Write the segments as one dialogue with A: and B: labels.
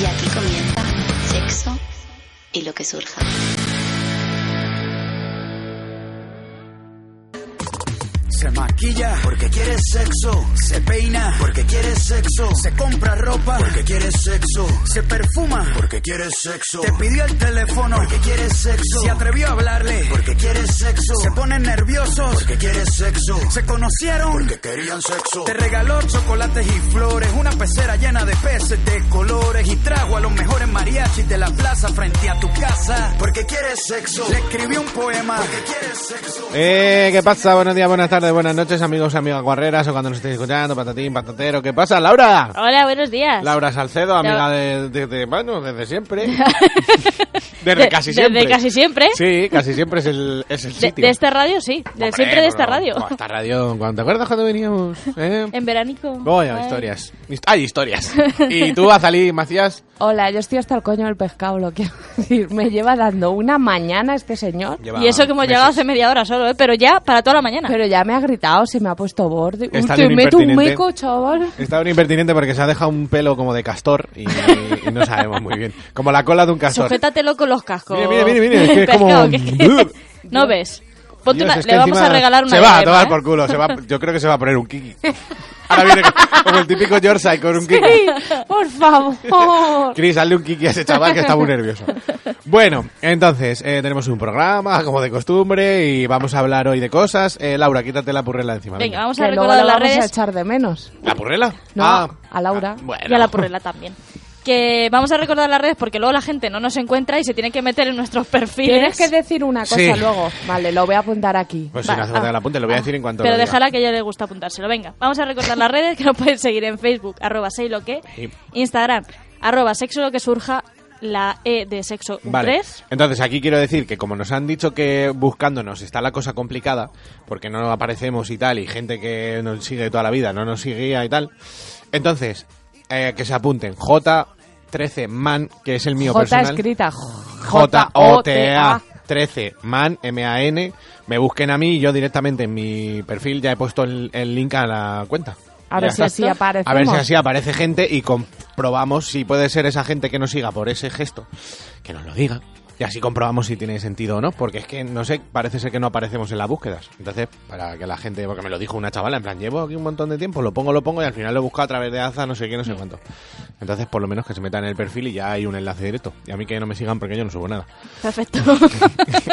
A: Y aquí comienza sexo y lo que surja.
B: Se maquilla porque quiere sexo. Se peina porque quiere sexo. Se compra ropa porque quiere sexo. Se perfuma porque quiere sexo. Te pidió el teléfono porque quiere sexo. Se atrevió a hablarle porque quiere sexo. Se ponen nerviosos porque quiere sexo. Se conocieron porque querían sexo. Te regaló chocolates y flores. Una pecera llena de peces de colores. Y trajo a los mejores mariachis de la plaza frente a tu casa porque quiere sexo. Le escribió un poema porque quiere sexo.
C: Eh, ¿Qué pasa? Buenos días, buenas tardes, buenas noches, amigos, amigas guerreras o cuando nos estéis escuchando, patatín, patatero. ¿Qué pasa, Laura?
D: Hola, buenos días.
C: Laura Salcedo, amiga
D: Lau-
C: de, de- de- bueno, desde siempre.
D: ¿Eh?
C: Desde casi siempre.
D: Desde casi siempre.
C: Sí, casi siempre es el, es el
D: De,
C: sitio.
D: de esta radio, sí. De
C: Hombre,
D: siempre de
C: pero-
D: esta radio.
C: Buah, esta radio, ¿cuándo- ¿te acuerdas cuando veníamos? Eh?
D: En veránico.
C: Vaya,
D: Ay.
C: historias. Hist- Hay historias. Y tú, Azalí Macías,
E: Hola, yo estoy hasta el coño del pescado, lo quiero decir. Me lleva dando una mañana este señor.
C: lleva
D: y eso que hemos llegado hace media hora solo, ¿eh? Pero ya para toda la mañana.
E: Pero ya me ha gritado, se me ha puesto borde.
C: Está
E: Uy, te
C: bien
E: meto un
C: impertinente.
E: meco, chaval.
C: Está un impertinente porque se ha dejado un pelo como de castor y, y no sabemos muy bien. Como la cola de un castor.
D: Sujétatelo con los cascos.
C: Mire, mire, mire, mire, es que es como-
D: Pescado, que es que- no ves. Ponte
C: Dios,
D: una-
C: es que
D: le vamos
C: encima
D: a regalar una
C: Se va a
D: diadema,
C: tomar
D: ¿eh?
C: por culo. Se va, yo creo que se va a poner un kiki. Ahora viene co- como el típico Yorkshire con un kiki.
E: Por favor.
C: Chris, hazle un kiki a ese chaval que está muy nervioso. Bueno, entonces, eh, tenemos un programa, como de costumbre, y vamos a hablar hoy de cosas. Eh, Laura, quítate la purrela de encima.
D: Venga, vamos a
E: Que luego
D: recordar
E: la
D: las
E: vamos a
D: redes
E: echar de menos.
C: ¿La purrela?
E: No,
C: Ah.
E: a Laura.
C: Ah, bueno.
D: y a la purrela también. Que vamos a recordar las redes porque luego la gente no nos encuentra y se tiene que meter en nuestros perfiles.
E: Tienes que decir una cosa
C: Sí.
E: luego. Vale, lo voy a apuntar aquí.
C: Pues si no hace falta que la apunte, lo voy a decir en cuanto
D: Ah. Pero
C: lo diga.
D: déjala que a ella le gusta apuntárselo. Venga, vamos a recordar las redes que nos pueden seguir en Facebook, arroba sei lo que,
C: Sí.
D: Instagram, arroba sexo lo que surja, la E de sexo un
C: Vale.
D: tres.
C: Entonces aquí quiero decir que como nos han dicho que buscándonos está la cosa complicada, porque no aparecemos y tal, y gente que nos sigue toda la vida no nos seguía y tal, entonces eh, que se apunten J13man, que es el mío
E: J
C: personal.
E: escrita.
C: J-O-T-A 13 man M-A-N. Me busquen a mí y yo directamente en mi perfil ya he puesto el, el link a la cuenta.
E: A
C: Ya
E: ver si
C: está.
E: así aparecemos.
C: A ver si así aparece gente y comprobamos si puede ser esa gente que nos siga por ese gesto, que nos lo diga. Y así comprobamos si tiene sentido o no, porque es que, no sé, parece ser que no aparecemos en las búsquedas. Entonces, para que la gente, porque me lo dijo una chavala, en plan, llevo aquí un montón de tiempo, lo pongo, lo pongo y al final lo busco a través de Aza, no sé qué, no sé
E: Mm.
C: cuánto. Entonces, por lo menos que se metan en el perfil y ya hay un enlace directo. Y a mí que no me sigan porque yo no subo nada.
D: Perfecto.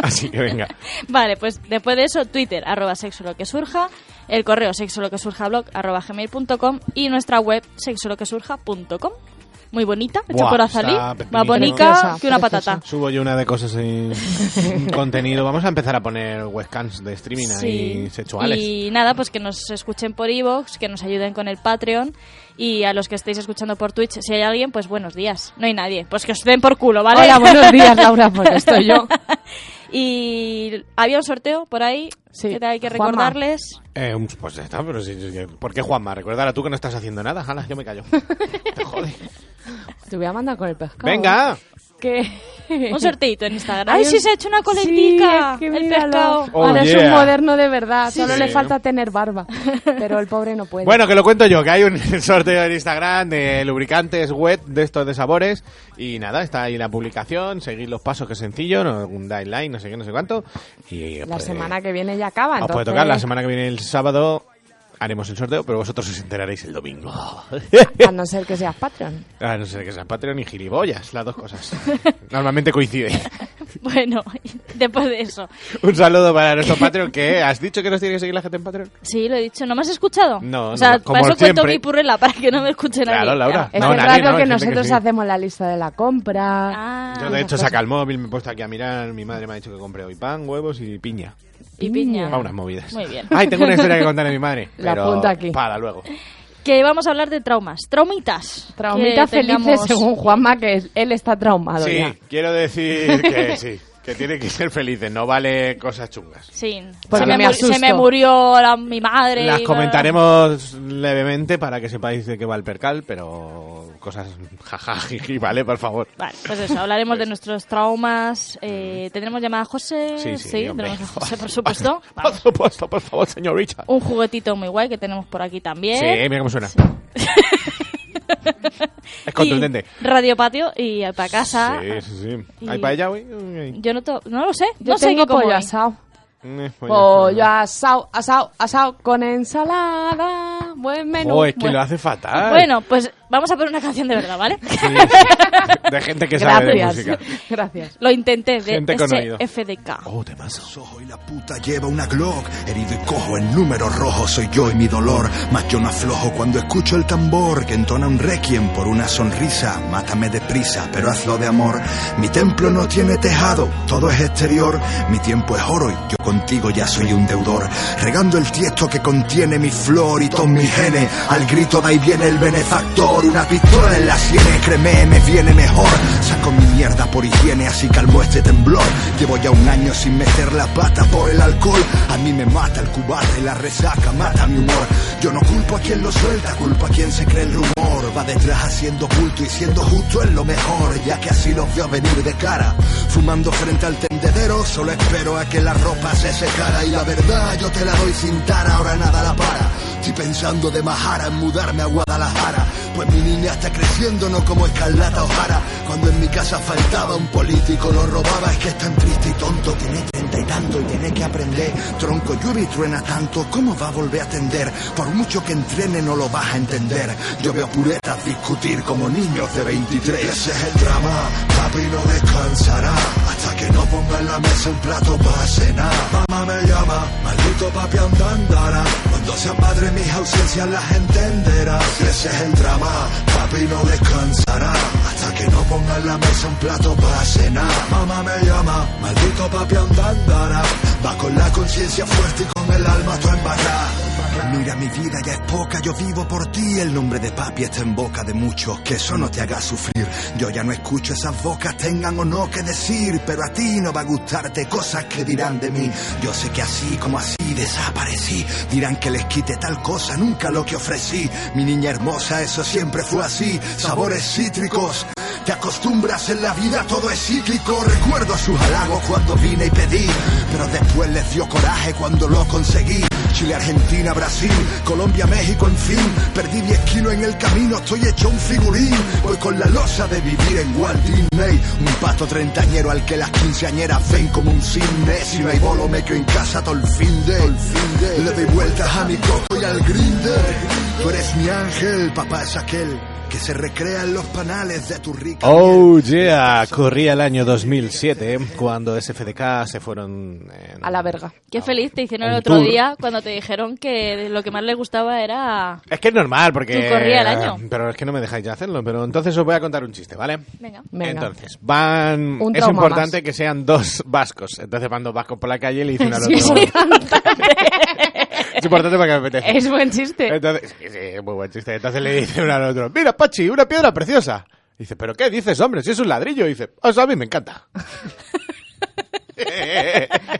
C: así que venga.
D: vale, pues después de eso, Twitter, arroba sexo lo que surja, el correo sexo lo que surja blog, arroba gmail.com y nuestra web sexo lo que surja.com. Muy bonita, hecho
C: Buah,
D: por
C: está
D: Azalí,
C: pepinillo.
D: más bonita
E: Preciosa,
D: que una
E: preciosa.
D: patata.
C: Subo yo una de cosas sin contenido. Vamos a empezar a poner webcams de streaming ahí sexuales.
D: Y nada, pues que nos escuchen por iVoox, que nos ayuden con el Patreon. Y a los que estéis escuchando por Twitch, si hay alguien, pues buenos días. No hay nadie. Pues que os den por culo, ¿vale?
E: Hola, buenos días, Laura, porque estoy yo.
D: y había un sorteo por ahí
E: Sí,
D: que hay que
E: Juanma.
D: recordarles.
C: Eh, pues ya está, pero sí, sí, sí. ¿por qué Juanma? Recuérdala tú que no estás haciendo nada. Jala, yo me callo. Te jode.
E: Te voy a mandar con el pescado.
C: Venga.
E: Que...
D: Un sorteito en Instagram.
E: Hay
D: ¡Ay,
E: un-
D: sí, se ha hecho una
E: Sí,
D: colectica!
E: es que
D: el
E: míralo.
D: pescado.
C: Oh,
E: Ahora es
C: yeah.
E: un moderno de verdad,
C: Sí,
E: solo
C: sí.
E: le falta tener barba. Pero el pobre no puede.
C: Bueno, que lo cuento yo, que hay un sorteo en Instagram de lubricantes wet de estos de sabores. Y nada, está ahí la publicación. Seguid los pasos, que es sencillo. No, un dial line, no sé qué, no sé cuánto. Y
E: la
C: pues,
E: semana que viene ya acaba.
C: Os puede
E: entonces-
C: tocar, la semana que viene el sábado haremos el sorteo, pero vosotros os enteraréis el domingo.
E: A no ser que seas Patreon.
C: A Ah, no ser que sea Patreon y gilipollas, las dos cosas. Normalmente coincide.
D: Bueno, después de eso.
C: Un saludo para nuestro Patreon, que has dicho que nos tiene que seguir la gente en Patreon.
D: Sí, lo he dicho. ¿No me has escuchado?
C: No,
D: O sea,
C: no, como
D: para eso cuento
C: siempre.
D: mi purrela, para que no me escuche nadie.
C: Claro, Laura.
E: Es
C: No,
E: que es
C: nadie,
E: raro
C: no, hay
E: que
C: gente que
E: nosotros
C: sí.
E: hacemos la lista de la compra.
D: Ah,
C: Yo, de hecho, saca el móvil, me he puesto aquí a mirar. Mi madre me ha dicho que compré hoy pan, huevos y piña.
D: y piña.
C: Para unas movidas.
D: Muy bien.
C: Ay, tengo una historia que contar a mi madre.
E: Ah. La
C: pero
E: apunto aquí.
C: Para luego.
D: Que vamos a hablar de traumas. Traumitas.
E: Traumitas
D: Que
E: felices
D: tengamos-
E: según Juanma, que es- él está traumado
C: Sí,
E: ya.
C: quiero decir que sí, que tiene que ser felices, no vale cosas chungas.
D: Sí.
E: Porque
D: se, me
E: me
D: mur-
E: asusto.
D: se me murió la- mi madre.
C: Las
D: y-
C: comentaremos levemente para que sepáis de qué va el percal, pero cosas jaja, jiji, vale, por favor.
D: Vale, pues eso, hablaremos de nuestros traumas. Eh, ¿Tendremos llamada a José?
C: Mm. hombre.
D: tenemos a José, por supuesto.
C: Por
D: Vamos.
C: supuesto, por favor, señorita.
D: Un juguetito muy guay que tenemos por aquí también.
C: Sí, mira cómo suena. Es contundente.
D: Y Radio Patio y para casa.
C: Sí, sí, sí.
D: Y-
C: ¿Hay paella hoy? Mm,
D: Yo no, to- no lo sé.
E: Yo
D: no sé
E: tengo
D: qué como
E: pollo
D: hoy.
E: asado.
C: eh, paella.
E: Pollo asado, asado, asado con ensalada. Buen menú.
C: Oh, es que
E: Buen-
C: lo hace fatal.
D: Bueno, pues vamos a poner una canción de verdad, ¿vale?
C: De gente que sabe de
E: Gracias.
C: música.
E: Gracias.
D: Lo intenté de
C: Gente con oído.
D: SFDK.
C: Oh, temazo.
B: Sojo y la puta lleva una Glock, herido y cojo en número rojo soy yo y mi dolor, mas yo no aflojo cuando escucho el tambor que entona un requiem por una sonrisa, mátame deprisa, pero hazlo de amor. Mi templo no tiene tejado, todo es exterior, mi tiempo es oro y yo contigo ya soy un deudor, regando el tiesto que contiene mi flor y todos mis genes, al grito de ahí viene el benefactor, una pistola en la sienes, créeme, me viene mejor, saco mi mierda por higiene, así calmo este temblor, llevo ya un año sin meter la pata por el alcohol, a mí me mata el cubate, la resaca mata mi humor, yo no culpo a quien lo suelta, culpo a quien se cree el rumor, va detrás haciendo culto y siendo justo es lo mejor, ya que así los veo venir de cara, fumando frente al tendedero, solo espero a que la ropa se secara y la verdad yo te la doy sin tara, ahora nada la para, estoy pensando de Majara en mudarme a Guadalajara, pues mi niña está creciendo no como Escarlata O'Hara, cuando en mi casa faltaba un político lo robaba, es que es tan triste y tonto, tiene treinta y tanto y tiene que aprender, tronco llueve y truena tanto, ¿cómo va a volver a atender? Por mucho que entrene no lo vas a entender, yo veo puretas discutir como niños de 23. Ese es el drama, papi no descansará, hasta que no ponga en la mesa un plato para cenar. Mamá me llama, maldito papi andando andará, cuando sea madre mis ausencias las entenderá. Ese es el drama, papi no descansará, hasta que no ponga en la mesa un plato para cenar. Mamá me llama, maldito papi andando andará, va con la conciencia fuerte y con el alma todo embarrada. Mira, mi vida ya es poca, yo vivo por ti. El nombre de papi está en boca de muchos, que eso no te haga sufrir. Yo ya no escucho esas bocas, tengan o no que decir, pero a ti no va a gustarte cosas que dirán de mí. Yo sé que así como así desaparecí, dirán que les quite tal cosa, nunca lo que ofrecí. Mi niña hermosa, eso siempre fue así, sabores cítricos. Te acostumbras en la vida, todo es cíclico. Recuerdo sus halagos cuando vine y pedí, pero después les dio coraje cuando lo conseguí. Chile, Argentina, Brasil, Colombia, México, en fin. Perdí 10 kilos en el camino, estoy hecho un figurín. Voy con la losa de vivir en Walt Disney. Un pato treintañero al que las quinceañeras ven como un cisne. Si no hay bolo, me quedo en casa todo el fin de. Le doy vueltas a mi coco y al grinder. Tú eres mi ángel, papá es aquel que se recrea en los panales de tu rica.
C: Oh yeah, corría el año 2007 cuando SFDK se fueron eh, en-
E: A la verga.
D: Qué feliz te hicieron el
C: Un
D: otro
C: Ah, tour.
D: día cuando te dijeron que lo que más le gustaba era...
C: Es que es normal porque
D: Tú corría el año.
C: Pero es que no me dejáis ya hacerlo. Pero entonces os voy a contar un chiste, ¿vale?
D: Venga.
E: Venga.
C: Entonces van.
E: Un
C: es
E: trauma
C: importante
E: más.
C: que sean dos vascos. Entonces van dos vascos por la calle y le dicen al
D: Sí,
C: otro.
D: sí.
C: Es importante porque me apetece.
E: Es buen chiste.
C: Entonces, sí, sí, muy buen chiste. Entonces le dice uno al otro, mira, Pachi, una piedra preciosa. Dice, ¿pero qué dices, hombre? Si es un ladrillo. Dice, "Eso a mí me encanta.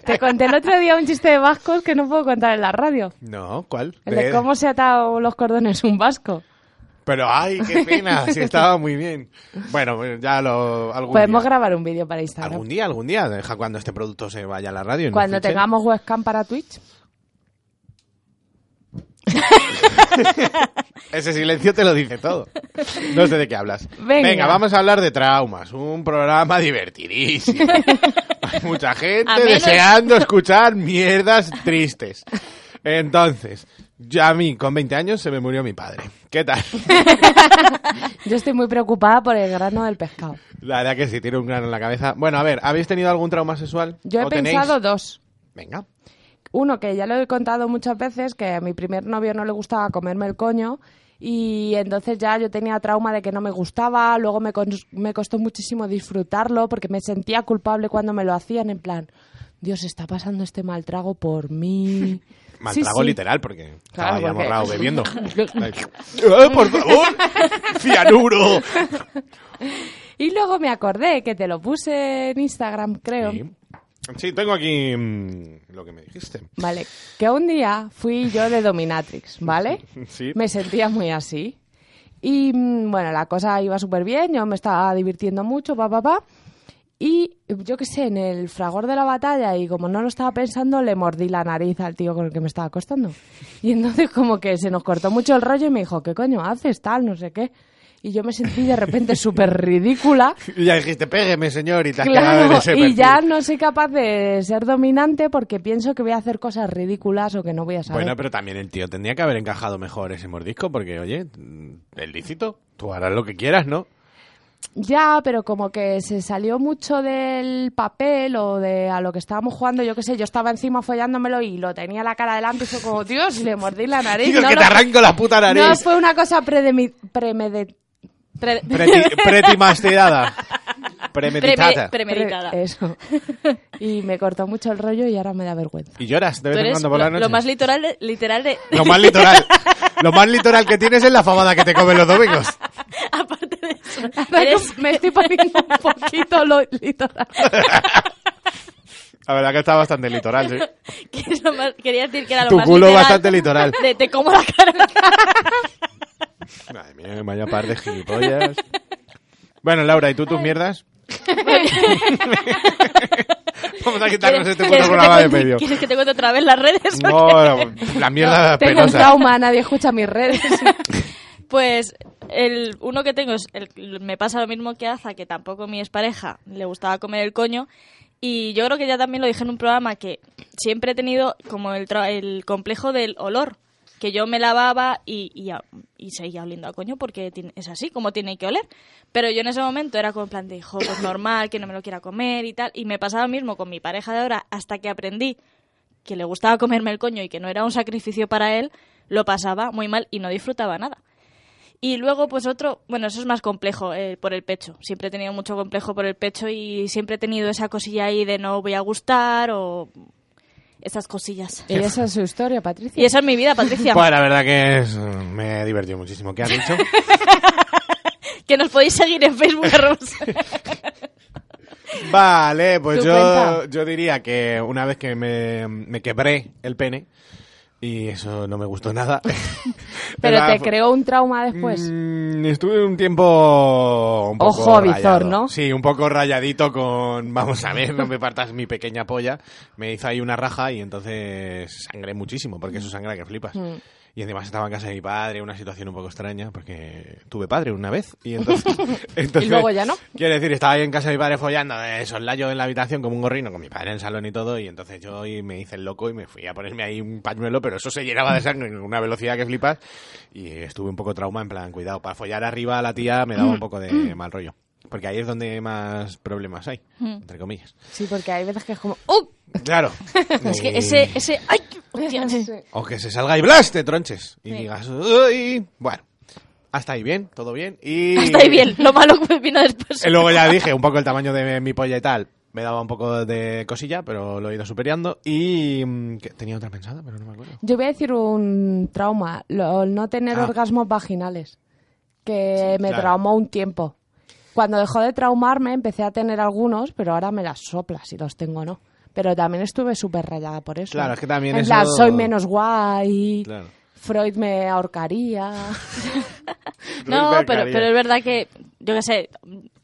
E: Te conté el otro día un chiste de vascos que no puedo contar en la radio.
C: no, ¿cuál?
E: El de cómo se ha atado los cordones un vasco.
C: Pero, ay, qué pena, si estaba muy bien. Bueno, ya lo... Algún
E: Podemos
C: día.
E: grabar un vídeo para Instagram.
C: Algún día, algún día. Deja cuando este producto se vaya a la radio. y nos
E: Cuando
C: fichen.
E: tengamos webcam para Twitch.
C: Ese silencio te lo dice todo. No sé de qué hablas.
E: Venga.
C: vamos a hablar de traumas. Un programa divertidísimo. Hay mucha gente
D: A menos-
C: deseando escuchar mierdas tristes. Entonces, ya a mí, con 20 años, se me murió mi padre. ¿Qué tal?
E: Yo estoy muy preocupada por el grano del pescado.
C: La verdad que sí, tiene un grano en la cabeza. Bueno, a ver, ¿habéis tenido algún trauma sexual?
E: Yo he
C: ¿O tenéis?
E: pensado dos.
C: Venga.
E: Uno que ya lo he contado muchas veces, que a mi primer novio no le gustaba comerme el coño y entonces ya yo tenía trauma de que no me gustaba, luego me, cons- me costó muchísimo disfrutarlo porque me sentía culpable cuando me lo hacían en plan, Dios está pasando este mal trago por mí.
C: Mal
E: Sí,
C: trago
E: sí.
C: literal, porque estaba ya
E: porque-
C: morrado bebiendo. ¡Eh, por favor! ¡Cianuro!
E: Y luego me acordé que te lo puse en Instagram, creo.
C: Sí. Sí, tengo aquí mm, lo que me dijiste.
E: Vale, que un día fui yo de dominatrix, ¿vale?
C: Sí.
E: Me sentía muy así. Y mm, bueno, la cosa iba súper bien, yo me estaba divirtiendo mucho, pa, pa, pa. Y yo qué sé, en el fragor de la batalla, y como no lo estaba pensando, le mordí la nariz al tío con el que me estaba acostando. Y entonces como que se nos cortó mucho el rollo y me dijo, ¿qué coño haces tal? No sé qué. y yo me sentí de repente súper ridícula.
C: Y ya dijiste, pégueme, señor, y te has quedado en
E: Claro,
C: ese
E: y
C: perfil.
E: ya no soy capaz de ser dominante porque pienso que voy a hacer cosas ridículas o que no voy a saber.
C: Bueno, pero también el tío tendría que haber encajado mejor ese mordisco, porque, oye, mm, es lícito. Tú harás lo que quieras, ¿no?
E: Ya, pero como que se salió mucho del papel o de a lo que estábamos jugando, yo qué sé, yo estaba encima follándomelo y lo tenía la cara delante y fue como, Dios, le mordí la nariz.
C: Digo
E: no
C: que
E: lo-
C: te arranco la puta nariz.
E: No fue una cosa predemi- premedi-
D: Pre-
C: Preti- pretimastirada. Premeditada.
D: Preme- premeditada.
E: pre- Eso. Y me cortó mucho el rollo y ahora me da vergüenza.
C: y lloras de
D: Tú
C: vez en
D: eres
C: cuando por la
D: lo,
C: noche.
D: lo más literal de, literal de...
C: Lo más litoral. Lo más litoral que tienes es la fabada que te comen los domingos.
D: aparte de eso, eres-
E: Me estoy poniendo un poquito lo litoral.
C: La verdad que está bastante litoral, sí.
D: que es lo más- quería decir que era lo
C: Tu
D: más
C: culo
D: literal
C: bastante litoral.
D: De te como la cara.
C: Madre mía, vaya par de gilipollas. Bueno, Laura, ¿y tú tus mierdas? Vamos a quitarnos este puto
D: ¿Quieres que te
C: programa de
D: cuente-
C: medio.
D: ¿Quieres que te cuente otra vez las redes?
C: No, no, la mierda
E: Tengo un
C: penosa.
E: trauma, nadie escucha mis redes.
D: Pues el uno que tengo es el, me pasa lo mismo que Aza, que tampoco mi expareja le gustaba comer el coño. Y yo creo que ya también lo dije en un programa que siempre he tenido como el, tra- el complejo del olor, que yo me lavaba y, y, a- y seguía oliendo a coño porque tiene- es así, como tiene que oler. Pero yo en ese momento era como en plan de, "Jo, pues normal, que no me lo quiera comer y tal. Y me pasaba lo mismo con mi pareja de ahora hasta que aprendí que le gustaba comerme el coño y que no era un sacrificio para él, lo pasaba muy mal y no disfrutaba nada. Y luego, pues otro, bueno, eso es más complejo, eh, por el pecho. Siempre he tenido mucho complejo por el pecho y siempre he tenido esa cosilla ahí de no voy a gustar o estas cosillas.
E: Y esa es su historia, Patricia.
D: Y esa es mi vida, Patricia.
C: Pues la verdad que es, me he divertido muchísimo. ¿Qué has dicho?
D: Que nos podéis seguir en Facebook. arroba-
C: Vale, pues
E: Tú
C: yo,
E: cuenta.
C: yo diría que una vez que me, me quebré el pene, y eso no me gustó nada. ah,
E: Pero
C: Era-
E: te creó un trauma después.
C: Mm, estuve un tiempo un poco
E: Ojo, visor,
C: rayado.
E: ¿no?
C: Sí, un poco rayadito con, vamos a ver, no me partas mi pequeña polla. Me hizo ahí una raja y entonces sangré muchísimo, porque eso sangra que flipas.
E: Mm.
C: Y además estaba en casa de mi padre, una situación un poco extraña, porque tuve padre una vez. Y entonces... entonces-
E: Y luego ya no.
C: Quiero decir, estaba ahí en casa de mi padre follando, de soslayo en la habitación como un gorrino, con mi padre en el salón y todo, y entonces yo y me hice el loco y me fui a ponerme ahí un pañuelo, pero eso se llenaba de sangre con una velocidad que flipas, y estuve un poco trauma, en plan, cuidado, para follar arriba a la tía me daba
E: Mm.
C: un poco de mal rollo. Porque ahí es donde más problemas hay,
E: Mm.
C: entre comillas.
E: Sí, porque hay veces que es como...
D: ¡Uh!
C: Claro.
D: Es que
C: Y-
D: ese, ese, ¡ay! hostia,
C: O que se salga y blas, te tronches. Y
D: Sí.
C: digas, uy, bueno. Hasta ahí bien, todo bien. Y...
D: Hasta ahí bien, lo malo que vino después.
C: Y luego ya dije, un poco el tamaño de mi polla y tal. Me daba un poco de cosilla, pero lo he ido superando. Y mm, que tenía otra pensada, pero no me acuerdo.
E: Yo voy a decir un trauma, lo- el no tener
C: Ah.
E: orgasmos vaginales, que me
C: claro.
E: traumó un tiempo. Cuando dejó de traumarme empecé a tener algunos, pero ahora me las sopla si los tengo o no. Pero también estuve súper rayada por eso.
C: Claro, es que también
E: En
C: eso-
E: plan, soy menos guay,
C: Claro.
E: Freud me ahorcaría...
D: No,
C: Luis
D: pero,
C: Beccaria.
D: pero es verdad que, yo qué sé,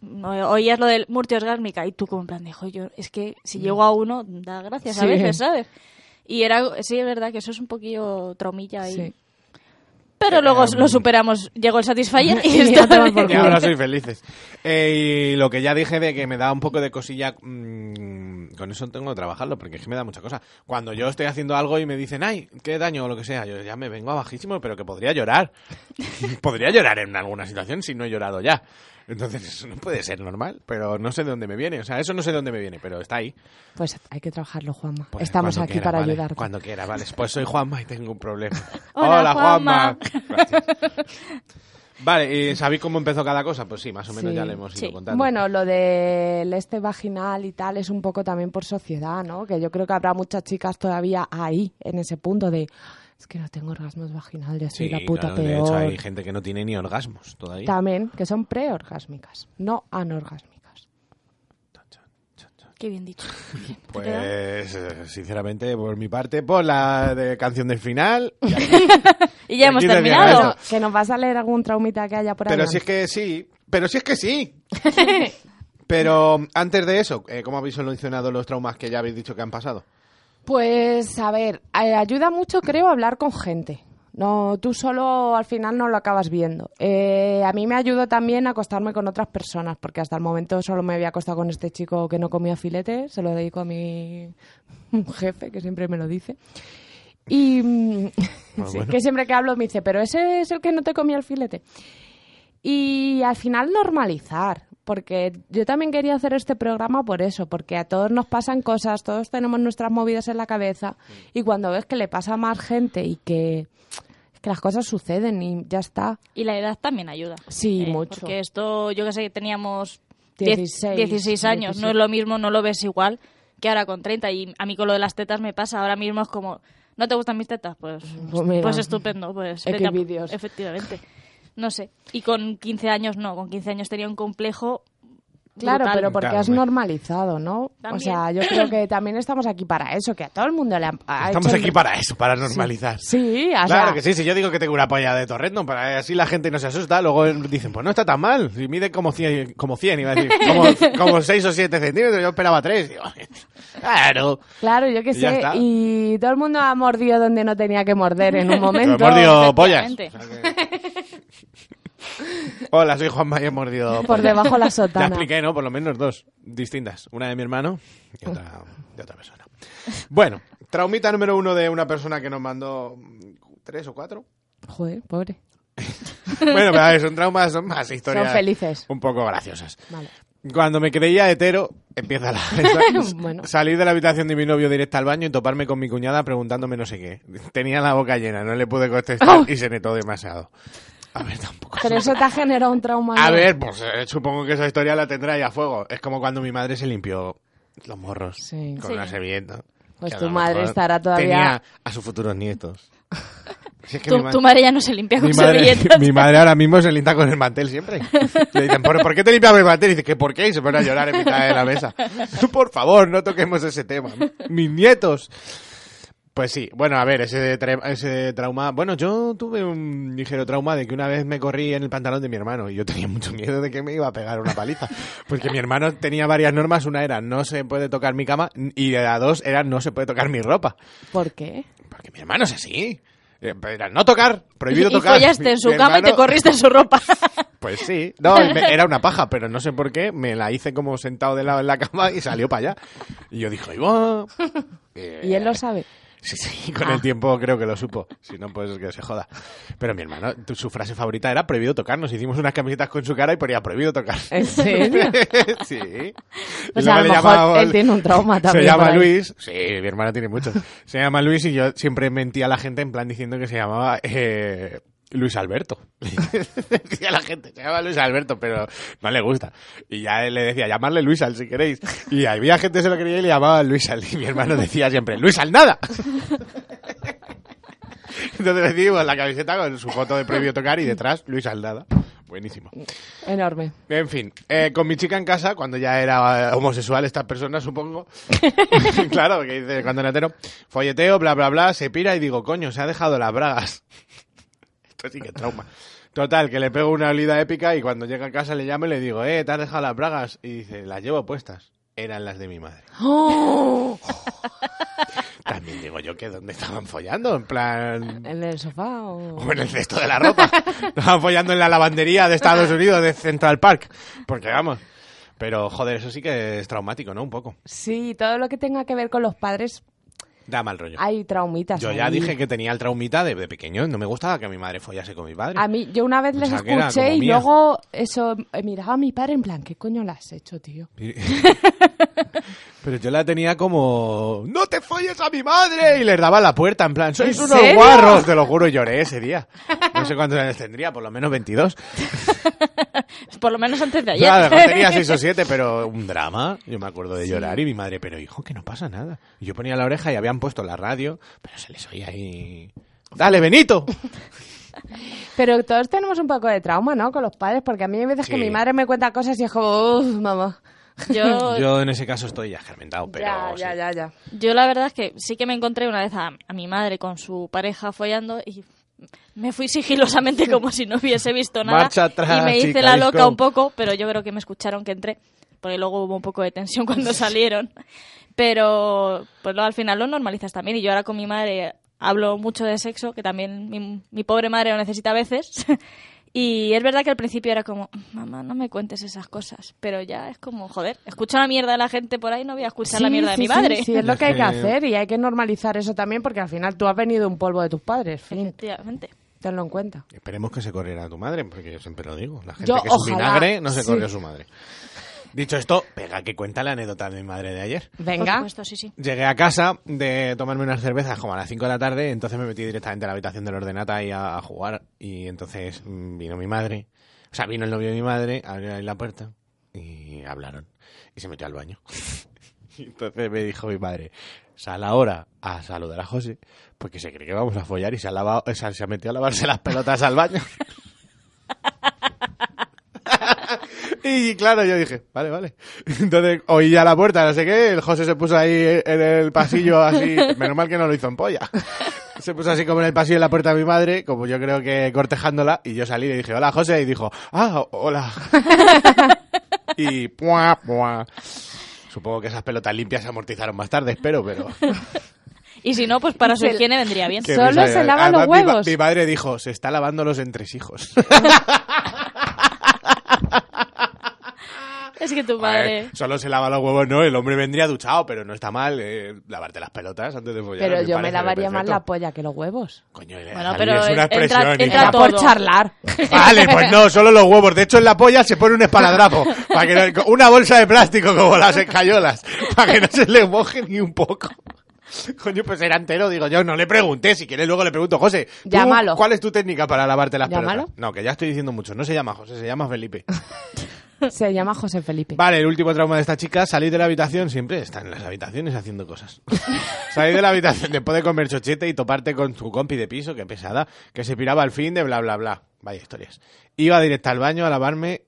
D: no, oías lo del multiorgásmica y tú como en plan de, "Jo, yo, es que si llego a uno, da gracias a
E: Sí.
D: veces, ¿sabes? Y era, sí, es verdad que eso es un poquillo traumilla ahí.
E: Sí.
D: Pero luego lo superamos, llegó el Satisfyer y,
E: Y
D: está
E: a tomar por
C: Y
E: culo.
C: ahora soy felices. Eh, y lo que ya dije de que me da un poco de cosilla, mm, con eso tengo que trabajarlo, porque es que me da mucha cosa. Cuando yo estoy haciendo algo y me dicen, ay, qué daño o lo que sea, yo ya me vengo abajísimo, pero que podría llorar. podría llorar en alguna situación si no he llorado ya. Entonces eso no puede ser normal, pero no sé de dónde me viene. O sea, eso no sé de dónde me viene, pero está ahí.
E: Pues hay que trabajarlo, Juanma.
C: Pues
E: Estamos
C: cuando
E: aquí
C: quiera,
E: para
C: vale.
E: ayudarte.
C: Cuando quiera, vale. Pues soy Juanma y tengo un problema.
D: Hola,
C: Gracias. Vale, ¿y sabéis cómo empezó cada cosa? Pues sí, más o menos
E: Sí.
C: ya le hemos ido
D: Sí.
C: contando.
E: Bueno, lo del este vaginal y tal es un poco también por sociedad, ¿no? Que yo creo que habrá muchas chicas todavía ahí, en ese punto de es que no tengo orgasmos vaginales, soy
C: sí,
E: la puta
C: no,
E: peor.
C: De hecho, hay gente que no tiene ni orgasmos todavía.
E: También, que son preorgásmicas, no anorgásmicas.
D: Qué bien dicho.
C: Pues, eh, sinceramente, por mi parte, por la de canción del final. y aquí-
D: Y ya hemos
C: Aquí termina
D: terminado.
C: esto.
E: Que nos vas a leer algún traumita que haya por ahí.
C: Pero
E: ¿no?
C: si es que sí, pero si es que sí. Pero antes de eso, eh, ¿cómo habéis solucionado los traumas que ya habéis dicho que han pasado?
E: Pues a ver, eh, ayuda mucho creo hablar con gente. No, tú solo al final no lo acabas viendo. Eh, a mí me ayudó también a acostarme con otras personas, porque hasta el momento solo me había acostado con este chico que no comía filete, se lo dedico a mi jefe, que siempre me lo dice. Y mm, sí,
C: bueno.
E: que siempre que hablo me dice, pero ese es el que no te comía el filete. Y al final normalizar, porque yo también quería hacer este programa por eso, porque a todos nos pasan cosas, todos tenemos nuestras movidas en la cabeza
C: Mm.
E: y cuando ves que le pasa a más gente y que, que las cosas suceden y ya está.
D: Y la edad también ayuda. Eh,
E: Sí, mucho.
D: Porque esto, yo que sé, teníamos diez-
E: 16,
D: 16, años, no
E: 17.
D: es lo mismo, no lo ves igual que ahora con 30. Y a mí con lo de las tetas me pasa, ahora mismo es como, ¿no te gustan mis tetas? Pues,
E: Pues mira. Eh,
D: pues estupendo, pues
E: X
D: vete a-
E: vídeos.
D: Efectivamente. No sé. Y con 15 años no, con 15 años tenía un complejo.
E: Claro,
D: brutal.
E: pero porque
C: Claro,
E: has
C: hombre.
E: normalizado, ¿no? O
D: También.
E: sea, yo creo que también estamos aquí para eso, que a todo el mundo le han... ha
C: Estamos
E: hecho el-
C: aquí para eso, para normalizar.
E: Sí, o
C: Claro
E: sea,
C: que sí, si yo digo que tengo una polla de torrendo, para así la gente no se asusta, luego dicen, pues no está tan mal, si mide como 100, como 100 iba a decir, como, como 6 o 7 centímetros, yo esperaba 3. claro.
E: Claro, yo
C: Y
E: qué
C: ya
E: sé.
C: está.
E: Y todo el mundo ha mordido donde no tenía que morder en un momento.
C: Pero he mordido pollas.
D: efectivamente.
C: O sea que- Hola, soy Juanma y he mordido
E: Por
C: pollas.
E: debajo la
C: Ya
E: sotana.
C: expliqué, ¿no? Por lo menos dos distintas. Una de mi hermano y otra de otra persona. Bueno, traumita número uno de una persona que nos mandó mm, tres o cuatro.
E: Joder, pobre.
C: Bueno, pero a ver, son traumas, son más historias.
E: Son felices.
C: Un poco graciosas.
E: Vale.
C: Cuando me creía hetero, empieza la...
E: Bueno.
C: Salir de la habitación de mi novio directa al baño y toparme con mi cuñada preguntándome no sé qué. Tenía la boca llena, no le pude
E: Ah.
C: contestar y se netó demasiado. A ver, tampoco...
E: Pero eso te ha generado un trauma.
C: A
E: Ah, ¿no?
C: ver, pues eh, supongo que esa historia la tendrá ahí a fuego. Es como cuando mi madre se limpió los morros
E: Sí.
C: con
D: Sí.
C: una servilleta.
E: Pues
C: Que a
E: tu
C: lo
E: madre
C: mejor
E: estará todavía-
C: Tenía a sus futuros nietos. Si es que
D: Tu,
C: mi ma-
D: tu madre ya no se limpia con
C: mi madre,
D: servilletas.
C: mi madre ahora mismo se linda con el mantel siempre. Le dicen, ¿por, por qué te limpias con el mantel? Y dice, ¿qué por qué? Y se pone a llorar en mitad de la mesa. Por favor, no toquemos ese tema. Mis nietos. Pues sí, bueno, a ver, ese, tra- ese trauma. Bueno, yo tuve un ligero trauma de que una vez me corrí en el pantalón de mi hermano y yo tenía mucho miedo de que me iba a pegar una paliza. Porque mi hermano tenía varias normas. Una era no se puede tocar mi cama y la dos era no se puede tocar mi ropa.
E: ¿Por qué?
C: Porque mi hermano es así. Eh, pero Era no tocar, prohibido
D: y
C: tocar.
D: follaste en su
C: Mi
D: cama y te
C: hermano-
D: corriste en su ropa.
C: Pues sí. No, y me- era una paja, pero no sé por qué. Me la hice como sentado de lado en la cama y salió para allá. Y yo dije, ¡Iba!
E: Y
C: Eh.
E: él lo sabe.
C: Sí, sí,
D: Ah.
C: con el tiempo creo que lo supo. Si no, pues que se joda. Pero mi hermano, tu- su frase favorita era prohibido tocarnos. Hicimos unas camisetas con su cara y ponía prohibido tocar.
E: ¿En serio?
C: sí. Y
E: Pues
C: luego
E: a
C: le
E: lo mejor
C: llamaba-
E: él tiene un trauma también.
C: se llama
E: por ahí.
C: Luis. Sí, mi hermana tiene muchos. Se llama Luis y yo siempre mentía a la gente en plan diciendo que se llamaba eh, Luis Alberto. decía a la gente, se llama Luis Alberto, pero no le gusta. Y ya él le decía, llamarle Luis Al si queréis. Y había gente que se lo creía y le llamaba Luis Al. Y mi hermano decía siempre, Luis Al nada. Entonces recibimos la camiseta con su foto de prohibido tocar y detrás Luis Al nada. Buenísimo.
E: Enorme.
C: En fin, eh, con mi chica en casa, cuando ya era eh, homosexual esta persona, supongo. claro, que dice, cuando era hetero, folleteo, bla, bla, bla, se pira y digo, coño, se ha dejado las bragas. Esto sí que es trauma. Total, que le pego una olida épica y cuando llega a casa le llamo y le digo, eh, te has dejado las bragas. Y dice, las llevo puestas. Eran las de mi madre.
E: ¡Oh!
C: También digo yo que dónde estaban follando, en plan...
E: En el sofá. o-
C: O en el cesto de la ropa. Estaban follando en la lavandería de Estados Unidos, de Central Park. Porque vamos. Pero joder, eso sí que es traumático, ¿no? Un poco.
E: Sí, todo lo que tenga que ver con los padres,
C: Da mal rollo.
E: hay traumitas.
C: Yo ya
E: ahí.
C: dije que tenía el traumita de, de pequeño. No me gustaba que mi madre follase con mi padre.
E: A mí, yo una vez les
C: Pensaba que era
E: escuché
C: como
E: y
C: mía.
E: luego eso, eh, miraba a mi padre en plan, ¿qué coño le has hecho, tío?
C: Pero yo la tenía como... ¡No te folles a mi madre! Y les daba la puerta, en plan, sois
E: ¿En
C: unos
E: serio?
C: guarros, te lo juro, y lloré ese día. No sé cuántos años tendría, por lo menos 22.
D: Por lo menos antes de ayer.
C: Claro, a lo mejor tenía seis o siete, pero un drama. Yo me acuerdo de llorar y mi madre, pero hijo, que no pasa nada. Y yo ponía la oreja y habían puesto la radio, pero se les oía ahí. ¡Dale, Benito!
E: Pero todos tenemos un poco de trauma, ¿no? Con los padres, porque a mí hay veces que
C: Sí.
E: mi madre me cuenta cosas y es como, uff, mamá.
D: Yo, yo...
C: Yo en ese caso estoy ya germentado, pero.
E: ya, ya,
C: sí.
E: ya, ya.
D: la verdad es que sí que me encontré una vez a, a mi madre con su pareja follando y me fui sigilosamente como si no hubiese visto nada.
C: Marcha atrás,
D: y me hice
C: chica,
D: la
C: disco.
D: loca un poco, pero yo creo que me escucharon que entré, porque luego hubo un poco de tensión cuando salieron. Pero pues lo- al final lo normalizas también y yo ahora con mi madre hablo mucho de sexo, que también mi, mi pobre madre lo necesita a veces. y es verdad que al principio era como, mamá, no me cuentes esas cosas. Pero ya es como, joder, escucho la mierda de la gente por ahí, no voy a escuchar la
E: Sí,
D: mierda de
E: sí,
D: mi
E: sí,
D: madre.
E: Sí, es lo que hay que
C: Sí.
E: hacer y hay que normalizar eso también porque al final tú has venido un polvo de tus padres. Fin,
D: Efectivamente.
E: tenlo en cuenta.
C: Esperemos que se corriera a tu madre, porque yo siempre lo digo. La gente
E: Yo,
C: que es un
E: ojalá,
C: vinagre no se
E: sí.
C: corrió a su madre. Dicho esto, pega que cuenta la anécdota de mi madre de ayer.
D: Por
E: Venga.
D: supuesto, sí, sí.
C: Llegué a casa de tomarme unas cervezas como a las 5 de la tarde, entonces me metí directamente a la habitación del ordenata y a, a jugar. Y entonces mm, vino mi madre, o sea, vino el novio de mi madre, abrió ahí la puerta y hablaron. Y se metió al baño. Y entonces me dijo mi madre, sal ahora a saludar a José, porque se cree que vamos a follar y se ha, lavado, o sea, se ha metido a lavarse las pelotas al baño. Y claro, yo dije, vale, vale. Entonces oí ya la puerta, no sé qué, el José se puso ahí en el pasillo así, menos mal que no lo hizo en polla. Se puso así como en el pasillo de la puerta de mi madre, como yo creo que cortejándola, y yo salí y le dije, hola José, y dijo, ah, hola. y puá, puá. Supongo que esas pelotas limpias se amortizaron más tarde, espero, pero...
D: Y si no, pues para su
E: Se-
D: higiene vendría bien.
C: que
E: Solo
C: me
E: se
C: salió-
E: lavan los
C: Además, mi ma-
E: huevos.
C: Mi, madre dijo, se está lavando los entresijos.
D: Es que tu
C: A
D: madre...
C: ver, solo se lava los huevos, no. El hombre vendría duchado, pero no está mal eh, lavarte las pelotas antes de follar.
E: Pero
C: Pues me
E: yo me
C: parece
E: lavaría más la
C: perfecto.
E: polla que los huevos.
C: Coño, eh,
D: Bueno,
C: Javi,
D: pero
C: es una
D: entra-
C: expresión.
D: entra
E: Era
C: hija.
D: todo.
E: por charlar.
C: Vale, pues no, solo los huevos. De hecho, en la polla se pone un espaladrapo. para que no- una bolsa de plástico como las escayolas. Para que no se le moje ni un poco. Coño, pues era entero, digo yo. No le pregunté. Si quieres, luego le pregunto, José. ¿tú
E: Llámalo.
C: ¿Cuál es tu técnica para lavarte las
E: Llámalo.
C: pelotas? No, que ya estoy diciendo mucho. No se llama José, se llama Felipe. pues.
E: Se llama José Felipe.
C: Vale, el último trauma de esta chica, salir de la habitación, siempre está en las habitaciones haciendo cosas. salir de la habitación después de comer chochete y toparte con tu compi de piso, que pesada, que se piraba al fin de bla bla bla. Vaya historias. Iba directa al baño a lavarme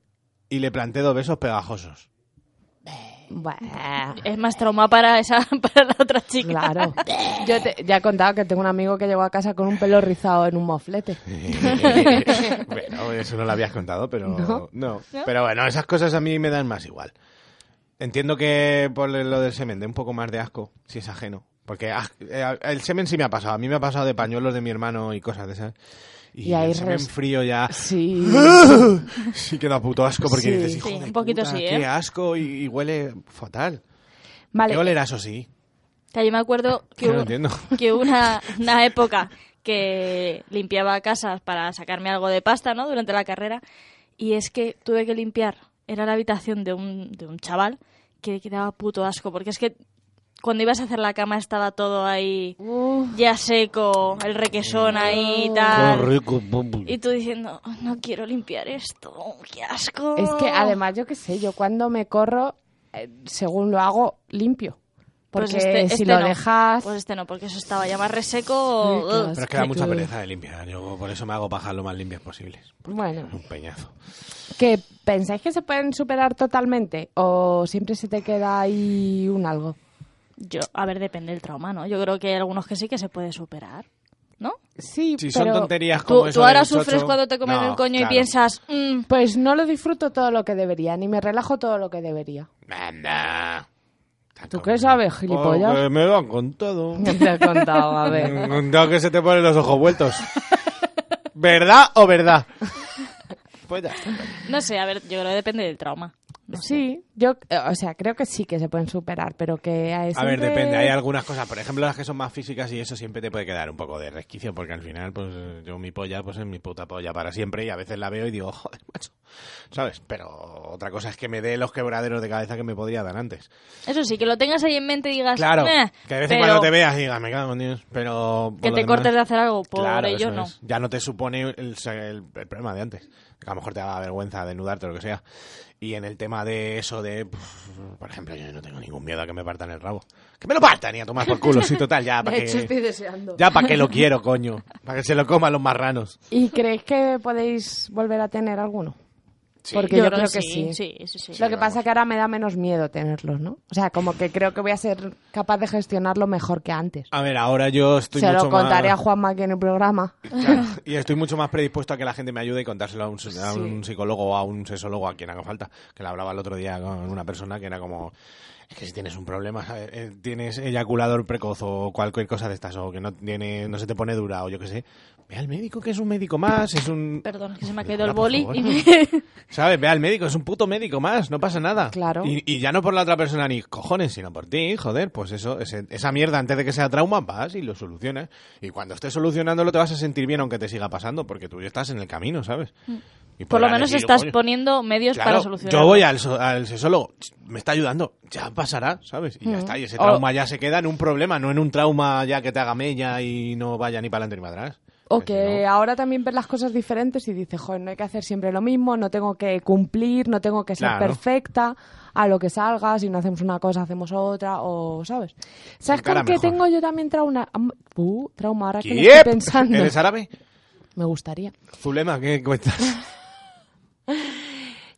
C: y le planté dos besos pegajosos.
E: Bueno.
D: Es más trauma para esa para la otra chica.
E: Claro. Yo te- ya he contado que tengo un amigo que llegó a casa con un pelo rizado en un moflete.
C: bueno, eso no lo habías contado, pero no. Pero bueno, esas cosas a mí me dan más igual. Entiendo que por lo del semen dé un poco más de asco, si es ajeno. Porque as- eh, el semen sí me ha pasado. A mí me ha pasado de pañuelos de mi hermano y cosas de esas. Y,
E: Y ahí
C: el semen
E: res-
C: frío ya...
E: Sí.
C: Sí que da puto asco porque
E: Sí.
C: dices, hijo
D: Sí,
C: de
D: un poquito
C: puta,
D: sí,
C: qué
D: ¿eh?
C: asco y, y huele fatal.
E: Vale.
C: ¿Qué olerá eso sí?
D: Que yo me acuerdo que,
C: Yo no
D: hubo-
C: entiendo.
D: que una, una época que limpiaba casas para sacarme algo de pasta, ¿no? Durante la carrera. Y es que tuve que limpiar. Era la habitación de un, de un chaval que, que daba puto asco. Porque es que cuando ibas a hacer la cama estaba todo ahí
E: Uf.
D: ya seco, el requesón ahí
C: Oh.
D: y tal. Ah, Y tú diciendo, "Oh, no quiero limpiar esto, qué asco.
E: Es que además, yo qué sé, yo cuando me corro, eh, según lo hago, limpio. Porque
D: Pues este-
E: si
D: este
E: lo
D: no.
E: dejas...
D: Pues este no, porque eso estaba ya más reseco.
E: Sí, claro.
D: ugh.
C: Pero es que da
E: que-
C: mucha pereza de limpiar. Yo por eso me hago pajas lo más limpias posibles.
E: Bueno,
C: Un peñazo.
E: ¿que pensáis que se pueden superar totalmente o siempre se te queda ahí un algo?
D: Yo, a ver, depende del trauma, ¿no? Yo creo que hay algunos que sí que se puede superar, ¿no?
E: Sí,
C: Si
E: pero
C: son tonterías como
D: Tú,
C: eso
D: tú ahora
C: del chocho-
D: sufres cuando te comen
C: No,
D: el coño
C: claro.
D: y piensas, "Mm,
E: pues no lo disfruto todo lo que debería, ni me relajo todo lo que debería.
C: Anda.
E: ¿Tú qué sabes, gilipollas?
C: Porque me lo han contado.
E: No te he contado, a
C: Me
E: ver.
C: han contado que se te ponen los ojos vueltos. ¿Verdad o verdad? Pues ya está.
D: no sé, a ver, yo creo que depende del trauma. No sé.
E: Sí, yo, eh, o sea, creo que sí que se pueden superar, pero que a
C: A ver, depende. Hay algunas cosas, por ejemplo, las que son más físicas y eso siempre te puede quedar un poco de resquicio porque al final, pues eh, yo mi polla, pues es mi puta polla para siempre y a veces la veo y digo, joder, macho. ¿Sabes? Pero otra cosa es que me dé los quebraderos de cabeza que me podía dar antes.
D: Eso sí, que lo tengas ahí en mente y digas,
C: Claro,
D: "Meh",
C: que de vez en
D: pero
C: cuando te veas y digas, me cago en Dios, pero... por
D: que
C: lo
D: te
C: demás-
D: cortes de hacer algo por
C: Claro,
D: ello,
C: eso
D: no.
C: es. Ya no te supone el, el- el problema de antes. Que a lo mejor te da vergüenza desnudarte o lo que sea. Y en el tema de eso de... puf, por ejemplo, yo no tengo ningún miedo a que me partan el rabo. ¡Que me lo partan! Y a tomar por culo, sí, total, ya para que...
E: deseando.
C: Ya para que lo quiero, coño. Para que se lo coman los marranos.
E: ¿Y creéis que podéis volver a tener alguno?
C: Sí.
E: Porque yo, creo que, sí.
D: Sí, sí, sí.
E: Lo que
C: vamos.
E: pasa que ahora me da menos miedo tenerlos, ¿no? O sea, como que creo que voy a ser capaz de gestionarlo mejor que antes.
C: A ver, ahora yo estoy
E: Se
C: mucho
E: lo contaré
C: más...
E: a Juanma aquí en el programa.
C: Claro, y estoy mucho más predispuesto a que la gente me ayude y contárselo a un, a un psicólogo o a un sesólogo, a quien haga falta. Que lo hablaba el otro día con una persona que era como... Es que si tienes un problema, ¿sabes? Eh, tienes eyaculador precoz o cualquier cosa de estas, o que no tiene no se te pone dura, o yo qué sé, ve al médico que es un médico más, es un...
D: Perdón, que se me ha caído el
C: Hola, por
D: boli
C: favor.
D: y me-
C: ¿Sabes? Ve al médico, es un puto médico más, no pasa nada.
E: Claro.
C: Y, y ya no por la otra persona ni cojones, sino por ti, joder, pues eso, ese- esa mierda antes de que sea trauma, vas y lo solucionas. Y cuando estés solucionándolo te vas a sentir bien aunque te siga pasando, porque tú ya estás en el camino, ¿sabes? Y
D: Mm. Por lo
C: podrás
D: menos
C: decir,
D: estás
C: Pues "Coño,
D: poniendo medios
C: claro,
D: para solucionarlo.
C: Yo voy al, so- al sesólogo, me está ayudando, ya pasará, ¿sabes? Y ya
D: Mm.
C: está, y ese
E: O-
C: trauma ya se queda en un problema, no en un trauma ya que te haga mella y no vaya ni para adelante ni para atrás.
E: O
C: Porque si
E: que
C: no-
E: ahora también ves las cosas diferentes y dices, joder, no hay que hacer siempre lo mismo, no tengo que cumplir, no tengo que ser
C: Claro.
E: perfecta a lo que salga, si no hacemos una cosa, hacemos otra, o, ¿sabes? ¿Sabes
C: Encara
E: con qué
C: mejor.
E: tengo yo también trauma? Am- Uh, trauma, ahora que lo
C: ¿Quién?
E: estoy pensando.
C: ¿Eres árabe?
E: Me gustaría.
C: Zulema, ¿qué cuentas?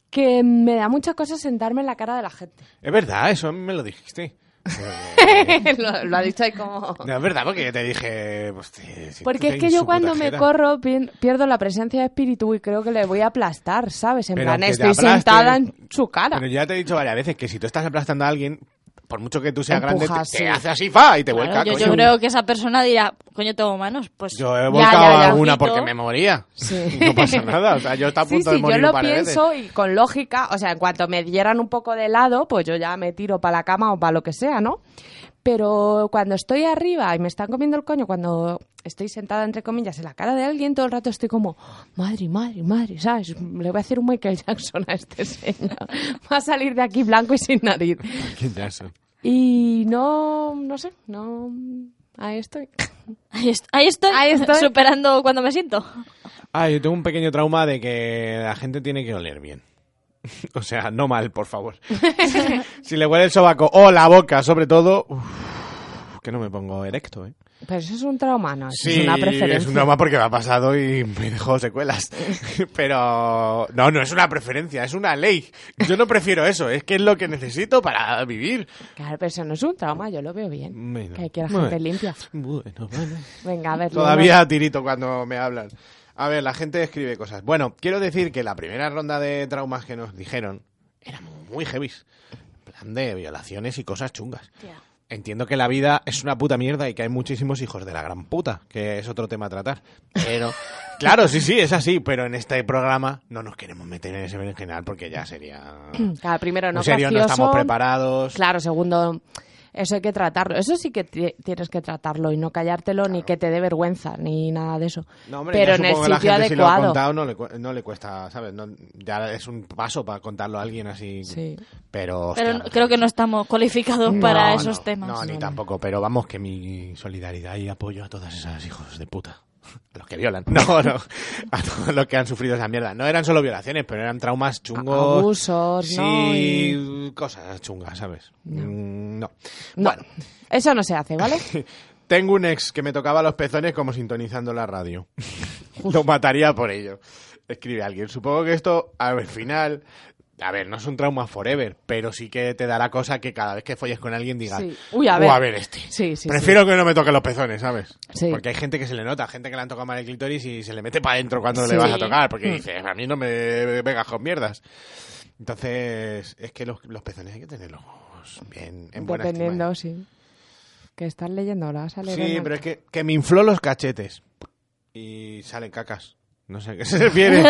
E: Que me da mucha cosa sentarme en la cara de la gente.
C: Es verdad, eso a mí me lo dijiste.
E: lo, lo ha dicho ahí como...
C: No, es verdad, porque yo te dije... pues, te- si tú
E: Porque
C: te
E: es que
C: hinchas
E: yo
C: su
E: cuando
C: puta
E: me
C: jeta.
E: corro pien- pierdo la presencia de espíritu y creo que le voy a aplastar, ¿sabes? En
C: Pero
E: plan,
C: aunque te
E: estoy
C: aplasten-
E: sentada en su cara.
C: Pero ya te he dicho varias veces que si tú estás aplastando a alguien, por mucho que tú seas
E: Empujas,
C: grande, te,
E: sí.
C: te hace así, fa, y te
D: Claro,
C: vuelca.
D: yo,
C: coño.
D: yo creo que esa persona dirá, coño, tengo manos. Pues
C: Yo eh. he
E: Ya,
C: volcado
E: ya, ya.
C: alguna
D: Ojito.
C: porque me moría.
E: Sí.
C: No pasa nada, o sea, yo estaba a
E: Sí,
C: punto
E: sí,
C: de morir
E: yo lo
C: un par de veces.
E: pienso y con lógica, o sea, en cuanto me dieran un poco de lado, pues yo ya me tiro para la cama o para lo que sea, ¿no? Pero cuando estoy arriba y me están comiendo el coño, cuando estoy sentada, entre comillas, en la cara de alguien, todo el rato estoy como, madre, madre, madre, ¿sabes? Le voy a hacer un Michael Jackson a este señor. Va a salir de aquí blanco y sin nariz.
C: Ya sé.
E: Y no, no sé, no... Ahí estoy.
D: ahí, est- ahí estoy,
E: Ahí estoy.
D: superando cuando me siento.
C: Ah, yo tengo un pequeño trauma de que la gente tiene que oler bien. O sea, no mal, por favor. si le huele el sobaco o la boca, sobre todo... uf, que no me pongo erecto, ¿eh?
E: Pero eso es un trauma, ¿no? Eso
C: Sí,
E: es una preferencia.
C: es un trauma porque me ha pasado y me dejó secuelas. Pero no, no es una preferencia, es una ley. Yo no prefiero eso, es que es lo que necesito para vivir.
E: Claro, pero eso no es un trauma, yo lo veo bien.
C: Bueno.
E: que quiera
C: Bueno.
E: gente limpia.
C: Bueno, bueno.
E: Venga, a ver.
C: Todavía tirito cuando me hablan. A ver, la gente escribe cosas. Bueno, quiero decir que la primera ronda de traumas que nos dijeron eran muy heavy. En plan de violaciones y cosas chungas. Entiendo que la vida es una puta mierda y que hay muchísimos hijos de la gran puta, que es otro tema a tratar. Pero, claro, sí, sí, es así, pero en este programa no nos queremos meter en ese berenjenal porque ya sería...
E: Nueva. Claro, primero no
C: en serio, no
E: gracioso.
C: estamos preparados.
E: Claro, segundo, eso hay que tratarlo. Eso sí que ti- tienes que tratarlo y no callártelo ni que te dé vergüenza ni nada de eso.
C: No, hombre,
E: pero
C: ya
E: en el
C: supongo que la
E: sitio
C: gente, si lo ha
E: adecuado.
C: contado, no le, cu- no le cuesta, ¿sabes? No- ya es un paso para contarlo a alguien así.
E: Sí.
C: Pero, hostia,
D: Pero no- creo que no estamos cualificados para
C: no,
D: esos
C: no,
D: temas.
C: No, ni tampoco, pero vamos, que mi solidaridad y apoyo a todas esas hijos de puta. A los que violan. No, no. A todos los que han sufrido esa mierda. No eran solo violaciones, pero eran traumas chungos.
E: Abusos,
C: sí,
E: ¿no?
C: cosas chungas, ¿sabes? Mm, no.
E: No,
C: Bueno,
E: Eso no se hace, ¿vale?
C: tengo un ex que me tocaba los pezones como sintonizando la radio. Lo mataría por ello. Escribe alguien. Supongo que esto, al final, a ver, no es un trauma forever, pero sí que te da la cosa que cada vez que folles con alguien digas,
E: Sí. Uy, a
C: "Oh,
E: ver".
C: este.
E: Sí, sí,
C: Prefiero que no me toquen los pezones, ¿sabes?
E: Sí.
C: Porque hay gente que se le nota, gente que le han tocado mal el clítoris y se le mete para adentro cuando
E: Sí. Hmm.
C: le vas a tocar, porque dice, a mí no me vengas con mierdas. Entonces, es que los, los pezones hay que tenerlos bien, en buena estima. ¿eh?
E: Dependiendo, sí. Que estás leyendo, la vas a leer.
C: Sí,
E: Ana?
C: pero es que, que me infló los cachetes y salen cacas. No sé a qué se refiere.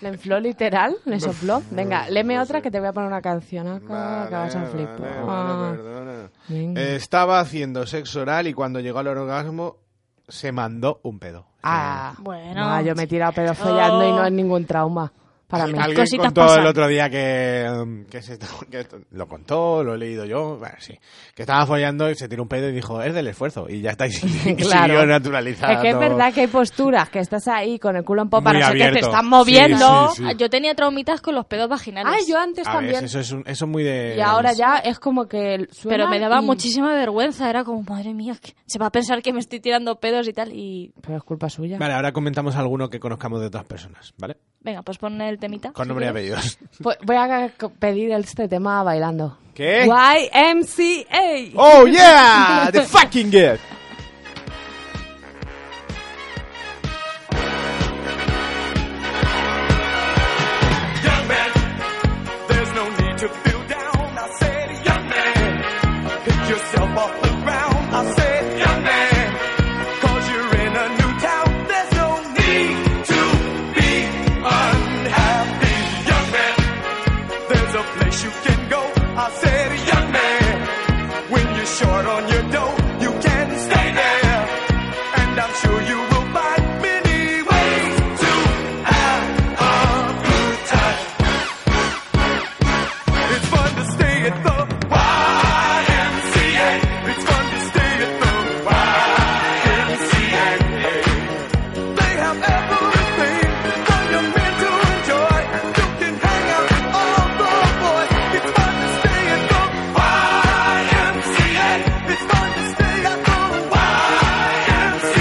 E: ¿Le infló literal? ¿Le sopló? Venga, léeme
C: no
E: otra
C: sé.
E: que te voy a poner una canción acá que vas a flipar. Ah,
C: perdona.
E: Venga.
C: Eh, Estaba haciendo sexo oral y cuando llegó al orgasmo se mandó un pedo.
E: Ah,
D: Bueno.
E: no, yo me he tirado pero follando y no
D: Oh.
E: es ningún trauma para mí.
C: Alguien
D: Cositas
C: contó
D: pasan.
C: el otro día que, um, que se- que esto- lo contó, lo he leído yo, bueno, sí, que estaba follando y se tiró un pedo y dijo, es del esfuerzo, y ya está, y, siguió- y
E: Claro.
C: siguió naturalizado.
E: Es que es verdad que hay posturas que estás ahí con el culo en popa,
C: Muy
E: no sé qué, te
C: abierto.
E: están
C: Sí,
E: moviendo.
C: sí, sí.
D: Ah, Yo tenía traumitas con los pedos vaginales.
E: Ay, yo antes
C: A ver,
E: también.
C: eso es, un- eso es muy de...
E: Y ahora ya es como que el-
D: Pero
E: suena
D: me daba
E: y-
D: muchísima vergüenza. Era como, madre mía, que- se va a pensar que me estoy tirando pedos y tal. Y
E: Pero es culpa suya.
C: Vale, ahora comentamos alguno que conozcamos de otras personas, ¿vale?
D: Venga, pues pon el temita.
C: Con
D: si
C: nombre y
D: quieres.
C: apellidos.
E: Pues Voy a co- pedir este tema bailando.
C: ¿Qué?
E: YMCA.
C: ¡Oh, yeah! ¡The fucking girl!
F: Young man, there's no need to feel down. I said, young man, pick yourself off the ground. I said, young man, cause you're in a new town. There's no need to be unhappy. Young man, there's a place you can go. I said, young man, when you're short on your dough, you can stay there. And I'm sure you will find many ways to have a good time. It's fun to stay at the YMCA. It's fun to stay at the YMCA. They have everything for young men to enjoy. You can hang out with all the boys. It's fun to stay at the YMCA. It's fun to stay at the YMCA.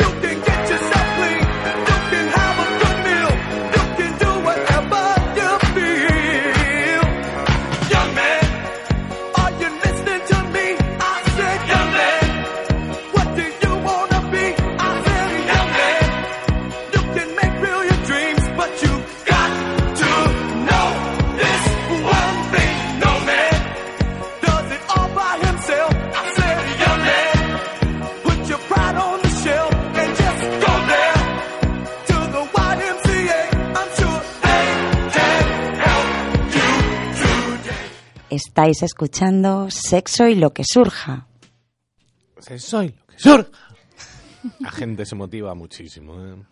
F: You can get yourself clean. You can have a good meal. You can do whatever you feel. Young man, are you listening to me? I said, young man, what do you wanna be? I said, young man, you can make real your dreams, but you got to know this one thing. No man does it all by himself. I said, young man. Put your pride on the shelf and just go there to the YMCA. I'm sure they can help you today.
G: Estáis escuchando Sexo y lo que surja.
C: Se soy lo que surja. La gente se motiva muchísimo. ¿eh? Un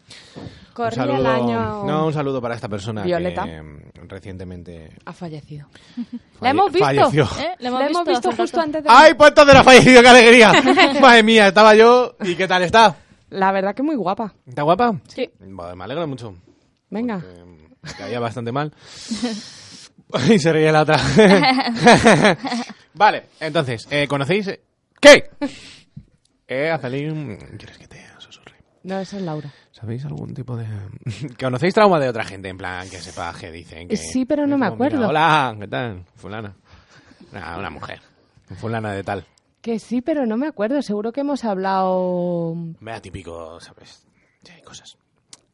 E: Corría el
C: saludo-
E: año.
C: No, un saludo para esta persona
E: Violeta.
C: que mm, recientemente
E: Ha fallecido.
C: falle-
E: La hemos visto.
C: falleció.
D: ¿Eh? Le
E: La hemos
D: hace
E: visto
D: un
E: justo
D: rato.
E: antes de.
C: ¡Ay, pues entonces no ha fallecido! ¡Qué alegría! Madre mía, estaba yo. ¿Y qué tal está?
E: La verdad que muy guapa.
C: ¿Está guapa?
D: Sí.
C: Vale, me alegro mucho.
E: Venga.
C: Eh, caía bastante mal. y se reía la otra. vale, entonces, eh, ¿conocéis? ¿Qué? Eh, Azalín, ¿Quieres que te susurre?
E: No, esa es Laura.
C: ¿Sabéis algún tipo de...? ¿Conocéis trauma de otra gente? En plan, que sepa que dicen que...
E: Sí, pero no me
C: Como, mira,
E: acuerdo.
C: Hola, ¿qué tal? Fulana. Nah, una mujer. Fulana de tal.
E: Que sí, pero no me acuerdo. Seguro que hemos hablado.
C: Me da típico, ¿sabes? Sí, hay cosas.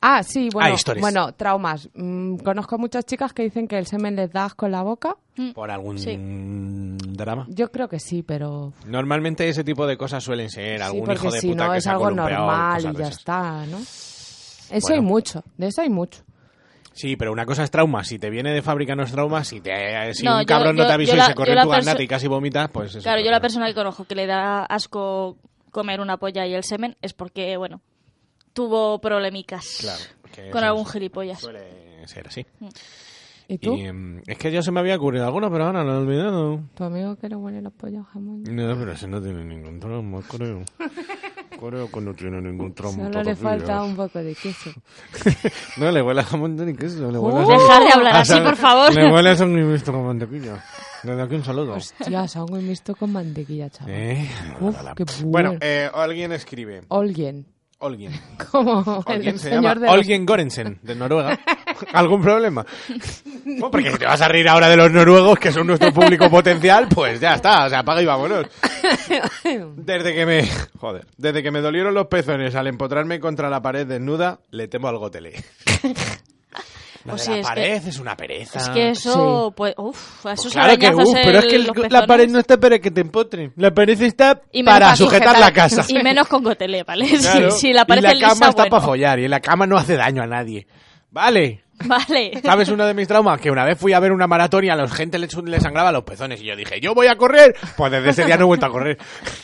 E: Ah, sí, bueno.
C: Ah, historias.
E: Bueno, traumas. Mm, conozco muchas chicas que dicen que el semen les das con la boca.
C: Por algún
D: Sí.
C: drama.
E: Yo creo que sí, pero.
C: Normalmente ese tipo de cosas suelen ser
E: sí,
C: algún
E: porque
C: hijo de
E: si
C: puta
E: no
C: que
E: es
C: se ha
E: algo
C: columpiado,
E: normal
C: cosas
E: y
C: de
E: ya
C: esas.
E: está, ¿no? Eso
C: Bueno.
E: hay mucho. De eso hay mucho.
C: Sí, pero una cosa es trauma. Si te viene de fábrica no es trauma. Si, te, si
D: No,
C: un
D: yo-
C: cabrón no
D: yo-
C: te avisó
D: yo
C: y
D: la-
C: se corrió
D: yo la
C: en tu
D: perso-
C: garnata y casi vomitas, pues eso.
D: Claro, yo la persona que conozco que le da asco comer una polla y el semen es porque, bueno, tuvo problemicas
C: Claro, que
D: con
C: eso
D: algún
C: es-
D: gilipollas.
C: Suele ser así.
E: ¿Y tú?
C: Y, em, es que yo se me había ocurrido alguno, pero ahora lo he olvidado.
E: ¿Tu amigo que le huele los pollos jamón?
C: No, pero ese no tiene ningún trauma, creo. Creo que no tiene ningún trauma.
E: Solo le
C: todavía.
E: falta un poco de queso.
C: No, le huele a jamón ni queso, le
E: Uh,
C: huele a...
D: Dejar de hablar
C: Ah,
D: así,
C: sabe-
D: por favor.
C: Le huele a sangre con mantequilla. Desde aquí un saludo.
E: Hostia, sándwich mixto con mantequilla, chaval.
C: Eh,
E: Uf, qué bueno.
C: Bueno, eh, alguien escribe.
E: Alguien.
C: Alguien.
E: Como el
C: Alguien
E: del
C: se
E: señor
C: llama
E: de los-
C: Olgien Gorensen, de Noruega. ¿Algún problema? Bueno, porque si te vas a reír ahora de los noruegos, que son nuestro público potencial, pues ya está, o sea, apaga y vámonos. Desde que me... Joder. Desde que me dolieron los pezones al empotrarme contra la pared desnuda, le temo al gotele. Lo
D: O
C: de
D: sea,
C: la
D: es que-
C: pared es una pereza.
D: Es que eso, pues, uff, a
C: Pues
D: esos
C: claro que,
D: arañazos
C: uh, pero es que
D: en
C: el-
D: los
C: la
D: pezones.
C: pared no está para que te empotren. La pared está
D: Y menos
C: para sujetar la casa.
D: Y menos con gotele, ¿vale? Si-
C: Claro.
D: si, la pared
C: y la
D: es
C: cama
D: lisa,
C: está para
D: bueno.
C: follar y en la cama no hace daño a nadie. Vale.
D: Vale.
C: ¿Sabes uno de mis traumas? Que una vez fui a ver una maratón y a la gente le, le sangraba los pezones y yo dije, yo voy a correr. Pues desde ese día no he vuelto a correr.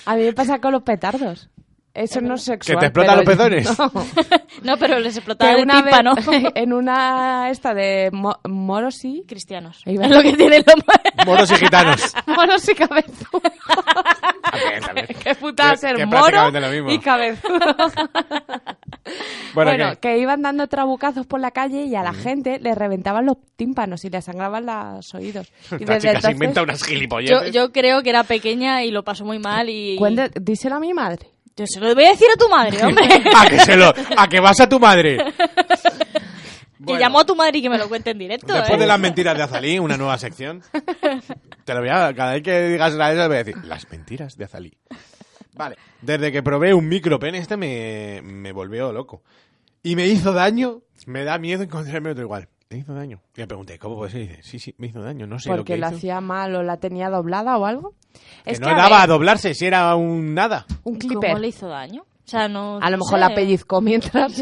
E: A mí me pasa con los petardos. Eso no es sexual.
C: ¿Que te explotan
E: pero-
C: los pezones?
E: No.
D: No, pero les explotaba
E: que
D: el
E: una
D: tímpano.
E: vez en una esta de mo- moros y...
D: Cristianos.
E: Ahí va.
D: Es lo que tienen los...
C: Moros y gitanos.
E: Moros y cabezudos.
C: También, también.
E: Qué putada
C: Que- que
E: ser moro
C: prácticamente Ah, lo mismo.
E: y cabezudo.
C: Bueno,
E: Bueno,
C: ¿qué? Mm.
E: que iban dando trabucazos por la calle y a la gente le reventaban los tímpanos y le sangraban los oídos. Y
C: Esta
E: desde
C: chica se
E: entonces-
C: inventa unas
D: Yo,
C: gilipolleces.
D: yo creo que era pequeña y lo pasó muy mal y...
E: Cuenta- díselo a mi madre.
D: Yo se lo voy a decir a tu madre, hombre.
C: A que se lo, a que vas a tu madre.
D: Que llamó a tu madre y que me lo cuente en directo.
C: Después
D: ¿eh?
C: de las mentiras de Azalí, una nueva sección. Te lo voy a, cada vez que digas la esa, voy a decir, las mentiras de Azalí. Vale, desde que probé un micropene, este me, me volvió loco. Y me hizo daño, me da miedo encontrarme otro igual. Me hizo daño. Y le pregunté, ¿cómo puede ser? Y dice, sí, sí, me hizo daño, no sé lo
E: porque
C: que
E: lo
C: hizo.
E: hacía mal o la tenía doblada o algo.
C: Que
E: es
C: no
E: que a
C: daba a
E: ver,
C: doblarse, si era un nada.
E: un
D: ¿Cómo le
E: clipper.
D: hizo daño? O sea, no.
E: A lo
D: no
E: mejor
D: sé.
E: la pellizcó mientras.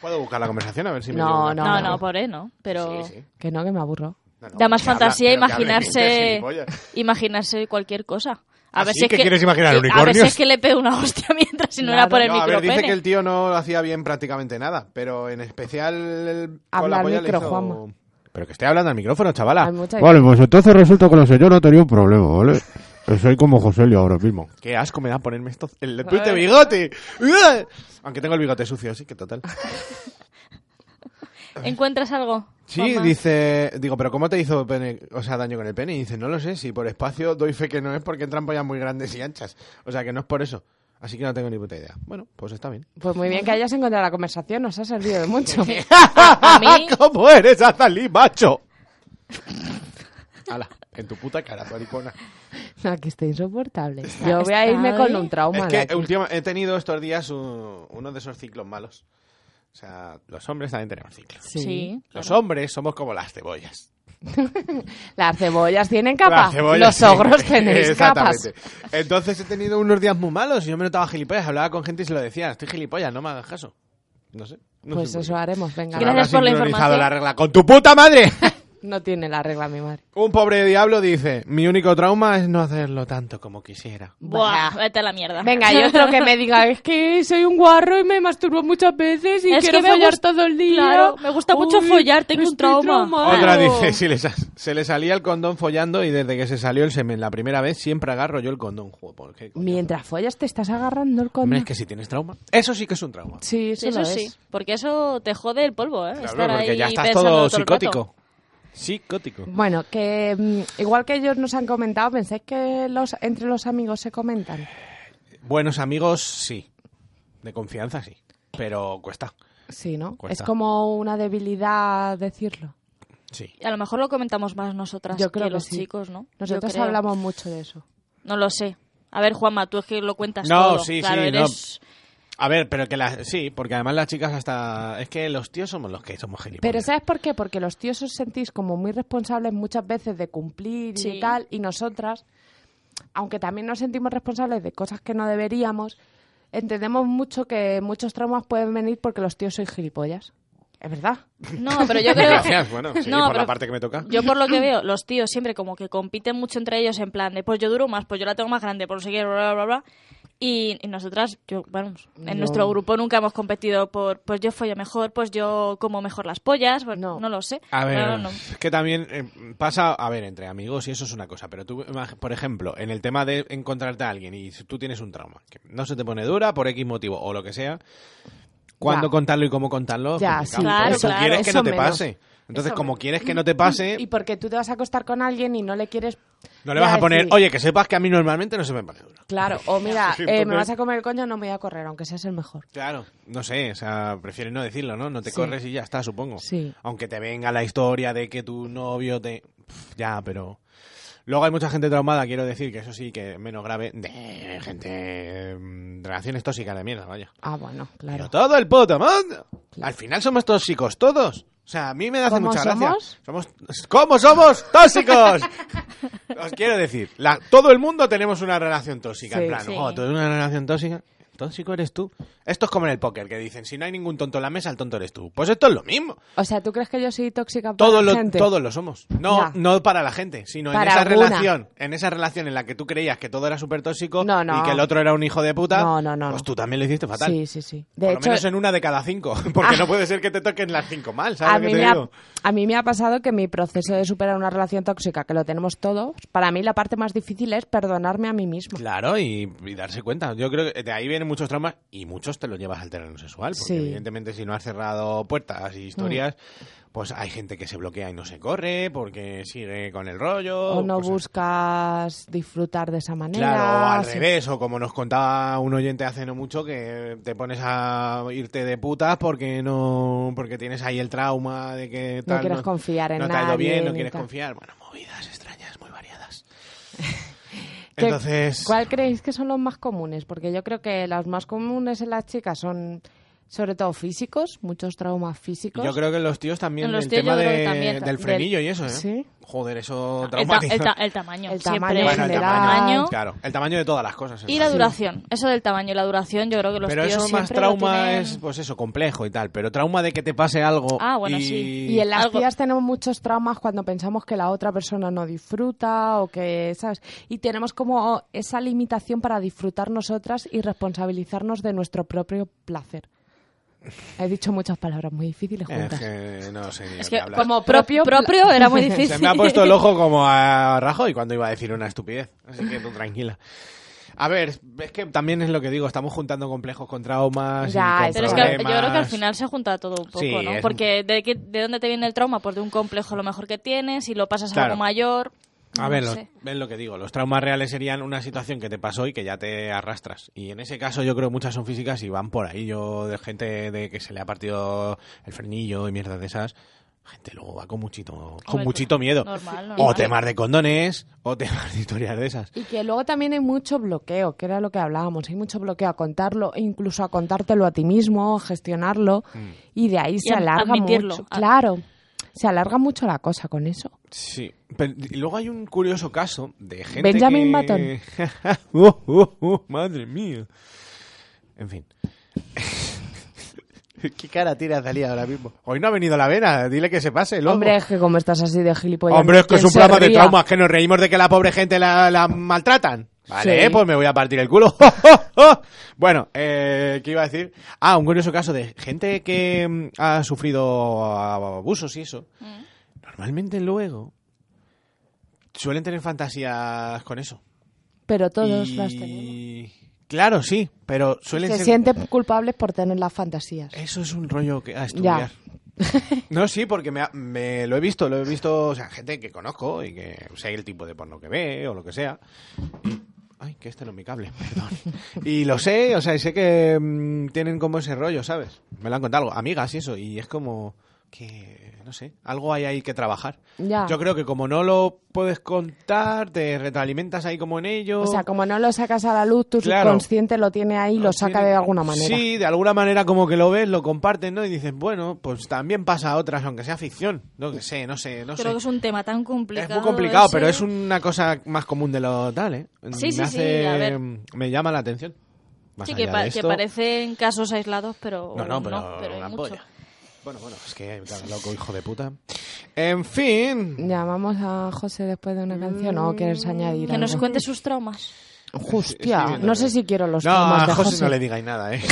C: Puedo buscar la conversación a ver si me
E: No,
C: llevo una-
E: no,
D: No, no, por él no. Pero
C: Sí, sí.
E: que no, que me aburro.
C: No, no,
D: da más
C: que habla-
D: fantasía
C: pero que hable
D: imaginarse.
C: bien, que gilipollas.
D: imaginarse cualquier cosa. A
C: ¿Ah,
D: veces
C: sí? ¿Qué
D: que,
C: quieres imaginar,
D: sí, A
C: unicornios?
D: veces que le pego una hostia mientras si no era
E: Claro.
D: por el
C: No, a ver,
D: micropene.
C: dice que el tío no hacía bien prácticamente nada, pero en especial el- con
E: Habla
C: la
E: al
C: polla le
E: micro,
C: hizo-
E: Juanma.
C: Pero que estoy hablando al micrófono, chavala.
E: Hay mucha-
H: Vale, pues entonces resulta que la señora tenía un problema, ¿vale? Que soy como Joselio ahora mismo.
C: Qué asco me da ponerme esto el de bigote. ¡Uah! Aunque tengo el bigote sucio, así que total.
D: ¿Encuentras algo?
C: Sí,
D: Juanma?
C: dice, digo, pero ¿cómo te hizo pene- o sea, daño con el pene? Y dice, no lo sé, si por espacio doy fe que no es porque entran pollas muy grandes y anchas. O sea, que no es por eso. Así que no tengo ni puta idea. Bueno, pues está bien.
E: Pues muy bien que hayas encontrado la conversación, nos ha servido de mucho.
D: A mí-
C: ¿Cómo eres, Azalí, macho? Ala, en tu puta cara, maricona.
E: No, que esté insoportable. Yo voy a irme
D: está
E: con
D: bien.
E: un trauma. de
C: Es
E: aquí.
C: que eh, última- he tenido estos días un- uno de esos ciclos malos. O sea, los hombres también tenemos ciclos.
E: Sí.
D: Sí.
C: Los hombres somos como las cebollas.
E: Las cebollas tienen capas.
C: Las cebollas,
E: Los
C: sí.
E: ogros tenéis capas.
C: Exactamente. Entonces he tenido unos días muy malos y yo me notaba gilipollas. Hablaba con gente y se lo decía, estoy gilipollas, no me hagas caso. No sé. no
E: Pues
C: sé por
E: eso
C: qué.
E: haremos, venga.
C: Se me
D: Gracias
C: habrá
D: por la
C: sincronizado
D: información.
C: la regla con tu puta madre.
E: No tiene la regla mi madre.
C: Un pobre diablo dice, mi único trauma es no hacerlo tanto como quisiera.
D: Buah,
E: Bah.
D: vete a la mierda.
E: Venga, y otro que me diga, es que soy un guarro y me masturbo muchas veces y
D: Es
E: quiero
D: que me
E: follar
D: gust-
E: todo el día.
D: claro, me gusta mucho follar, tengo un
E: estoy
D: trauma.
E: traumado.
C: Otra dice, si le sa- se le salía el condón follando y desde que se salió el semen la primera vez siempre agarro yo el condón. Joder, ¿por qué coño?
E: Mientras follas te estás agarrando el condón.
C: Hombre, es que si tienes trauma. Eso sí que es un trauma.
E: Sí, eso,
D: Sí, eso
E: lo
D: sí.
E: es.
D: Porque eso te jode el polvo, ¿eh? Estar
C: porque
D: ahí
C: ya estás
D: pensando
C: todo
D: el rato.
C: psicótico. Psicótico.
E: Bueno, que mm, igual que ellos nos han comentado, ¿pensáis que los entre los amigos se comentan?
C: Buenos amigos, sí. De confianza, sí. Pero cuesta.
E: Sí, ¿no?
C: Cuesta.
E: Es como una debilidad decirlo.
C: Sí.
D: A lo mejor lo comentamos más nosotras
E: Yo creo que
D: los
E: sí.
D: chicos, ¿no? Yo
E: Nosotros
D: creo.
E: hablamos mucho de eso.
D: No lo sé. A ver, Juanma, tú es que lo cuentas
C: No,
D: todo.
C: sí,
D: claro,
C: sí, no.
D: eres...
C: A ver, pero que las... Sí, porque además las chicas hasta... Es que los tíos somos los que somos gilipollas.
E: Pero ¿sabes por qué? Porque los tíos os sentís como muy responsables muchas veces de cumplir y
D: Sí.
E: de tal, y nosotras, aunque también nos sentimos responsables de cosas que no deberíamos, entendemos mucho que muchos traumas pueden venir porque los tíos sois gilipollas. Es verdad.
D: No, pero yo creo...
C: Gracias, bueno, sí,
D: No,
C: por la
D: pero
C: parte que me toca.
D: Yo por lo que veo, los tíos siempre como que compiten mucho entre ellos en plan de, pues yo duro más, pues yo la tengo más grande, por no sé qué, bla, bla, bla, bla. Y, y nosotras, yo, vamos, en
E: No.
D: nuestro grupo nunca hemos competido por, pues yo follo mejor, pues yo como mejor las pollas, pues no,
E: No.
D: lo sé.
C: A ver,
D: No, no, no.
C: es que también eh, pasa, a ver, entre amigos y eso es una cosa, pero tú, imag- por ejemplo, en el tema de encontrarte a alguien y si tú tienes un trauma, que no se te pone dura por X motivo o lo que sea, cuándo
E: Ya.
C: contarlo y cómo contarlo, es
E: Ya,
C: complicado.
E: sí,
D: Claro,
C: eso
D: claro,
C: quieres que
E: eso
C: no te
E: menos.
C: pase. Entonces,
E: Eso
C: como
E: menos.
C: quieres que no te pase,
E: Y porque tú te vas a acostar con alguien y no le quieres...
C: no le vas
E: ya
C: a poner,
E: decir,
C: oye, que sepas que a mí normalmente no se me pone dura.
E: Claro, o mira,
C: Sí,
E: eh,
C: porque-
E: me vas a comer el coño, no me voy a correr, aunque seas el mejor.
C: Claro, no sé, o sea, prefieres no decirlo, ¿no? No te
E: Sí.
C: corres y ya está, supongo.
E: Sí.
C: Aunque te venga la historia de que tu novio te... Pff, Ya, pero... Luego hay mucha gente traumada, quiero decir, que eso sí, que menos grave, de gente... mm, Relaciones tóxicas de mierda, vaya.
E: Ah, bueno, claro.
C: Pero todo el puto mundo. Al final somos tóxicos todos. O sea, a mí me hace
E: ¿Cómo
C: mucha gracia.
E: somos?
C: Somos, ¿Cómo somos tóxicos? Os quiero decir, la- todo el mundo tenemos una relación tóxica. en
E: Sí,
C: plan,
D: sí.
C: oh, ¿tú eres una relación tóxica? Tóxico eres tú. Esto es como en el póker, que dicen, si no hay ningún tonto en la mesa, el tonto eres tú. Pues esto es lo mismo.
E: O sea, ¿tú crees que yo soy tóxica para
C: Todos
E: la
C: lo,
E: gente?
C: todos lo somos. No,
E: Ya.
C: no para la gente, sino
E: Para
C: en esa
E: alguna.
C: relación. En esa relación en la que tú creías que todo era súper tóxico
E: No, no.
C: y que el otro era un hijo de puta.
E: No, no, no,
C: Pues
E: no.
C: tú también lo hiciste fatal.
E: Sí, sí, sí. De
C: Por
E: hecho, Ah.
C: lo menos en una de cada cinco, porque no puede ser que te toquen las cinco mal, ¿sabes
E: a
C: lo
E: mí,
C: que te
E: me ha,
C: digo?
E: a mí me ha pasado que mi proceso de superar una relación tóxica, que lo tenemos todos, para mí la parte más difícil es perdonarme a mí mismo.
C: Claro, y, y darse cuenta. Yo creo que de ahí viene tener muchos traumas y muchos te los llevas al terreno sexual. Porque
E: Sí. Mm.
C: evidentemente si no has cerrado puertas y historias, pues hay gente que se bloquea y no se corre porque sigue con el rollo.
E: O no
C: cosas-
E: buscas disfrutar de esa manera.
C: pues Claro, al
E: sí.
C: revés, o como nos contaba un oyente hace no mucho, que te pones a irte de putas porque no, porque tienes ahí el trauma de que
E: No
C: tal,
E: quieres confiar en
C: no te ha ido
E: nadie
C: bien, no
E: ni
C: quieres
E: tal.
C: confiar. Bueno, movidas extrañas, muy variadas.
E: ¿Qué-
C: Entonces,
E: ¿Cuál creéis que son los más comunes? Porque yo creo que los más comunes en las chicas son sobre todo físicos, muchos traumas físicos.
C: yo creo que los tíos también,
D: En los
C: el
D: tíos
C: tema
D: yo creo que
C: de-
D: también,
C: del
D: del-
C: frenillo y eso, ¿eh?
E: Sí.
C: Joder, eso
D: El, ta-
C: traumatiza.
D: el ta- el tamaño.
E: El
D: siempre
E: tamaño
D: es
C: bueno, el
E: general.
C: tamaño,
D: tamaño.
C: claro, el tamaño de todas las cosas. en
D: Y la
C: realidad.
D: duración. Eso del tamaño y la duración, yo creo que los
C: Pero
D: tíos
C: eso más
D: siempre lo
C: trauma
D: tienen-
C: es, pues eso, complejo y tal. Pero trauma de que te pase algo.
D: Ah, bueno,
C: y-
D: sí.
E: Y en las
D: Algo-
E: tías tenemos muchos traumas cuando pensamos que la otra persona no disfruta o que, ¿sabes? Y tenemos como esa limitación para disfrutar nosotras y responsabilizarnos de nuestro propio placer. He dicho muchas palabras muy difíciles
C: Es
E: juntas.
C: que no sé ni
D: Es
C: de qué
D: que
C: hablar.
D: como
E: Pro-
D: propio,
E: propio
D: propio era muy difícil.
C: Se me ha puesto el ojo como a Rajoy cuando iba a decir una estupidez. Así que tú tranquila. A ver, es que también es lo que digo, estamos juntando complejos con traumas. y
E: Ya,
C: con
E: es
D: Pero es que yo
C: problemas.
D: creo que al final se junta todo un poco,
C: Sí, es
D: ¿no?
C: un-
D: Porque de, qué- de dónde te viene el trauma, pues de un complejo a lo mejor que tienes y lo pasas a
C: Claro.
D: algo mayor.
C: A
D: no
C: ver,
D: sé.
C: lo, ves lo que digo. Los traumas reales serían una situación que te pasó y que ya te arrastras. Y en ese caso yo creo muchas son físicas y van por ahí. Yo de gente de que se le ha partido el frenillo y mierdas de esas, gente luego va con muchito, con
D: Hombre,
C: muchito miedo.
D: normal,
C: O
D: normal.
C: temas de condones, o temas de historias de esas.
E: Y que luego también hay mucho bloqueo, que era lo que hablábamos, hay mucho bloqueo a contarlo, e incluso a contártelo a ti mismo, a gestionarlo,
C: Mm.
E: y de ahí se
D: a-
E: alarga
D: admitirlo.
E: mucho.
D: A-
E: Claro, se alarga mucho la cosa con eso.
C: Sí. Pero- y luego hay un curioso caso de gente
E: Benjamin
C: que... Oh, oh, oh, madre mía. En fin. ¿Qué cara tira salía ahora mismo? Hoy no ha venido la vena, dile que se pase, loco.
E: Hombre, es que como estás así de gilipollas.
C: Hombre, es que es
E: ¿quién
C: un
E: se
C: programa de
E: ría?
C: traumas, que nos reímos de que la pobre gente la, la maltratan. Vale,
E: Sí.
C: pues me voy a partir el culo. bueno, eh, ¿qué iba a decir? Ah, un curioso caso de gente que mm, ha sufrido abusos y eso. Normalmente luego suelen tener fantasías con eso.
E: Pero todos
C: Y-
E: las tenemos.
C: Claro, sí, pero suelen
E: Se
C: ser...
E: sienten culpables por tener las fantasías.
C: Eso es un rollo que a Eh, estudiar. No, sí, porque me, ha- me lo he visto, lo he visto, o sea, gente que conozco y que sé el tipo de porno que ve o lo que sea. Y- ay, que este no es mi cable, perdón. Y lo sé, o sea, y sé que mm, tienen como ese rollo, ¿sabes? Me lo han contado amigas y eso, y es como que, no sé, algo hay ahí que trabajar.
E: Ya.
C: Yo creo que como no lo puedes contar, te retroalimentas ahí como en ello.
E: O sea, como no lo sacas a la luz, tu
C: Claro.
E: subconsciente lo tiene ahí y lo saca
C: tiene-
E: de alguna manera.
C: Sí, de alguna manera como que lo ves, lo compartes, ¿no? Y dices, bueno, pues también pasa a otras, aunque sea ficción. No que sé, no sé, no
D: Creo que es
C: sé.
D: un tema tan complicado.
C: muy complicado,
D: ese.
C: pero es una cosa más común de lo tal, ¿eh?
D: Sí,
C: me
D: sí, sí,
C: hace-
D: a ver.
C: Me llama la atención. Más
D: Sí,
C: allá
D: que,
C: de
D: pa- que
C: esto-
D: parecen casos aislados, pero
C: No, no, pero,
D: pero hay
C: una
D: mucho.
C: polla. Bueno, bueno, es que cada loco, hijo de puta. En fin.
E: Llamamos a José después de una canción o quieres añadir
D: Que nos
E: algo?
D: cuente sus traumas.
C: Estoy
E: Hostia,
C: viendo
E: no
C: que-
E: sé si quiero los
C: No,
E: traumas
C: a
E: de
C: José,
E: José.
C: no le digáis nada, ¿eh?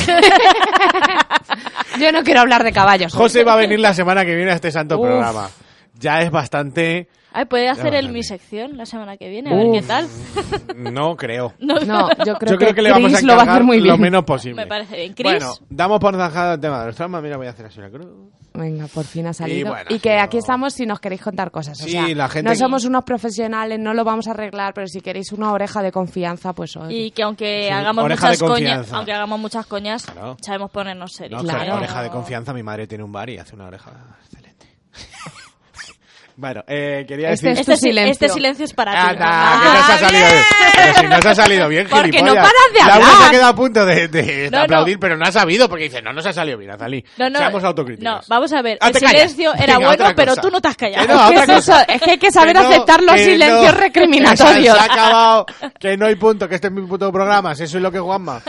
E: Yo no quiero hablar de caballos.
C: José va a venir la semana que viene a este santo
E: Uf.
C: programa. Ya es bastante...
D: Ay, puede hacer
C: Ya,
D: el
C: vale.
D: mi sección la semana que viene, a ver qué tal.
C: No creo.
E: No, yo creo,
C: Yo creo que, le vamos a
E: Chris lo va a hacer
C: encargar
E: muy bien.
C: lo menos posible.
D: Me parece bien. Chris.
C: Bueno, damos por zanjado el tema de los traumas. Mira, voy a hacer así una cruz.
E: Venga, por fin ha salido. Y,
C: bueno,
E: que
C: yo-
E: aquí estamos si nos queréis contar cosas. O
C: Sí,
E: sea,
C: la gente-
E: No somos unos profesionales, no lo vamos a arreglar, pero si queréis una oreja de confianza, pues hoy.
D: Y que aunque
C: Sí,
D: hagamos
C: oreja de
D: muchas coñas,
C: confianza.
D: aunque hagamos muchas coñas,
C: Claro.
D: sabemos ponernos
C: No,
D: serios.
C: con
E: Claro.
C: oreja de confianza. Mi madre tiene un bar y hace una oreja excelente. bueno, eh, quería
E: Este
C: decir...
E: es
D: Este,
E: tu
D: si-
E: silencio.
D: este silencio es para ti. Ah,
C: Anda,
D: mamá.
C: que nos ha salido bien. Pero si nos ha salido bien,
E: Porque no
C: gilipollas.
E: paras de
C: Laura se
E: hablar.
C: ha quedado a punto de, de
D: No, no.
C: aplaudir, pero no ha sabido porque dice, no, nos ha salido bien, Azalí.
D: No, no,
C: Seamos autocríticos.
D: no, vamos a ver,
C: Ah,
D: el
C: te callas.
D: silencio era
C: Venga,
D: bueno,
C: otra
D: pero
C: cosa.
D: tú no te has callado.
C: Que
E: Es
C: no,
E: que
C: otra
E: es eso,
C: cosa.
E: es que hay que saber
C: no,
E: aceptar los
C: que
E: silencios
C: no.
E: recriminatorios.
C: Se ha acabado, que no hay punto, que este es mi puto programa, si eso es lo que es Juanma.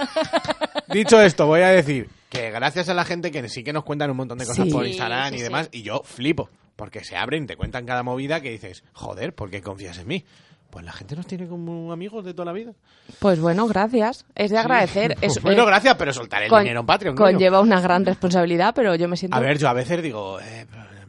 C: Dicho esto, voy a decir que gracias a la gente que sí que nos cuentan un montón de cosas
E: Sí.
C: por
D: Sí,
C: Instagram
D: sí,
C: y
D: sí.
C: demás, y yo flipo, porque se abren, te cuentan cada movida que dices, joder, ¿por qué confías en mí? Pues la gente nos tiene como amigos de toda la vida.
E: Pues bueno, gracias. Es de agradecer.
C: Pues
E: Es-
C: bueno,
E: eh,
C: gracias, pero soltar el
E: con-
C: dinero en Patreon. coño.
E: Conlleva una gran responsabilidad, pero yo me siento.
C: A ver, yo a veces digo, eh,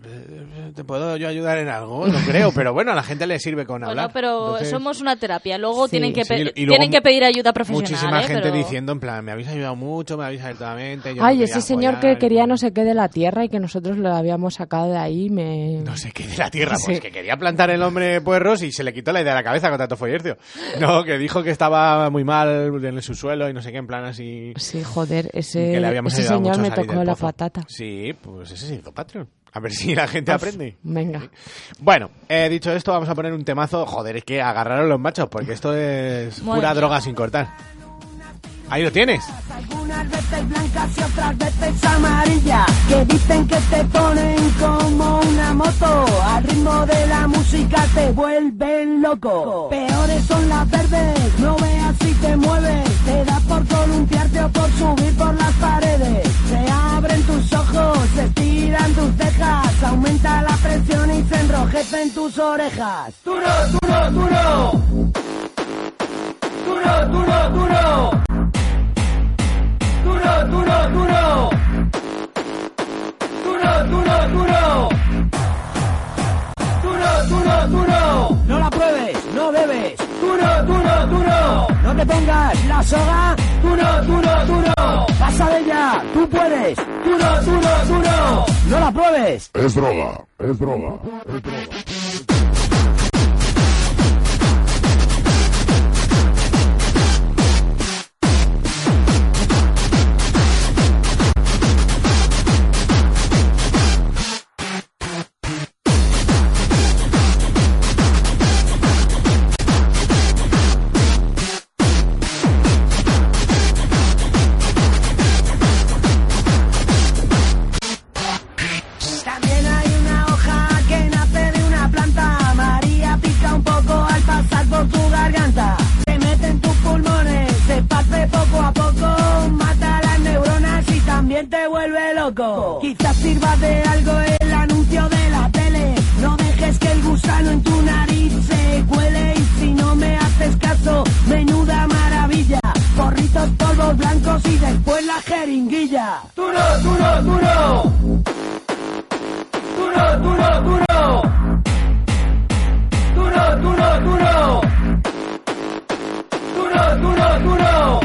C: eh, ¿te puedo yo ayudar en algo? No creo, pero bueno, a la gente le sirve con
D: Bueno,
C: hablar.
D: pero
C: Entonces,
D: somos una terapia. Luego
E: Sí.
D: tienen, que,
C: Sí,
D: pe-
C: y luego
D: tienen que pedir ayuda profesional.
C: Muchísima
D: ¿eh?
C: gente
D: Pero-
C: diciendo, en plan, me habéis ayudado mucho, me habéis ayudado mente. yo no
E: Ay,
C: quería
E: ese señor
C: apoyar,
E: que quería
C: y-
E: no sé qué de la tierra y que nosotros lo habíamos sacado de ahí, me...
C: No sé qué de la tierra,
E: Sí.
C: pues que quería plantar el hombre puerros y se le quitó la idea de la cabeza con tanto follercio. No, que dijo que estaba muy mal en su suelo y no sé qué, en plan así.
E: Sí, joder, ese,
C: que le habíamos
E: ese
C: ayudado
E: señor
C: mucho a
E: me
C: salir
E: tocó
C: del
E: la
C: pozo.
E: patata.
C: Sí, pues ese es el Patreon. A ver si la gente
E: Uf,
C: aprende.
E: Venga.
C: Bueno, eh, dicho esto, vamos a poner un temazo. Joder, es que agarraron los machos, porque esto es
D: Madre
C: pura
D: mía.
C: droga sin cortar. Ahí lo tienes.
I: Algunas veces blancas y otras veces amarillas Que dicen que te ponen como una moto Al ritmo de la música te vuelven loco Peores son las verdes, no veas si te mueves Te da por columpiarte o por subir por las paredes Se abren tus ojos, se estiran tus cejas Aumenta la presión y se enrojecen tus orejas ¡Duro, duro, duro! ¡Duro, duro, duro! duro, duro, duro. Duro, duro, duro. Duro, duro, duro. No la pruebes, no bebes. Duro, duro, duro. No te pongas la soga. Duro, duro, duro. Pasa de ella, tú puedes. Duro, duro, duro. No la pruebes.
J: Es droga, es droga.
I: También hay una hoja que nace de una planta. María pica un poco al pasar por tu garganta. Se mete en tus pulmones, se parte poco a poco. Mata las neuronas y también te vuelve loco. Quizás sirva de algo el anuncio de la tele. No dejes que el gusano en tu nariz se cuele. Y si no me haces caso, menuda maravilla. Porritos, polvos blancos y después la jeringuilla. Duro, duro, duro. Duro, duro, duro. Duro, duro, duro. Duro, duro, duro.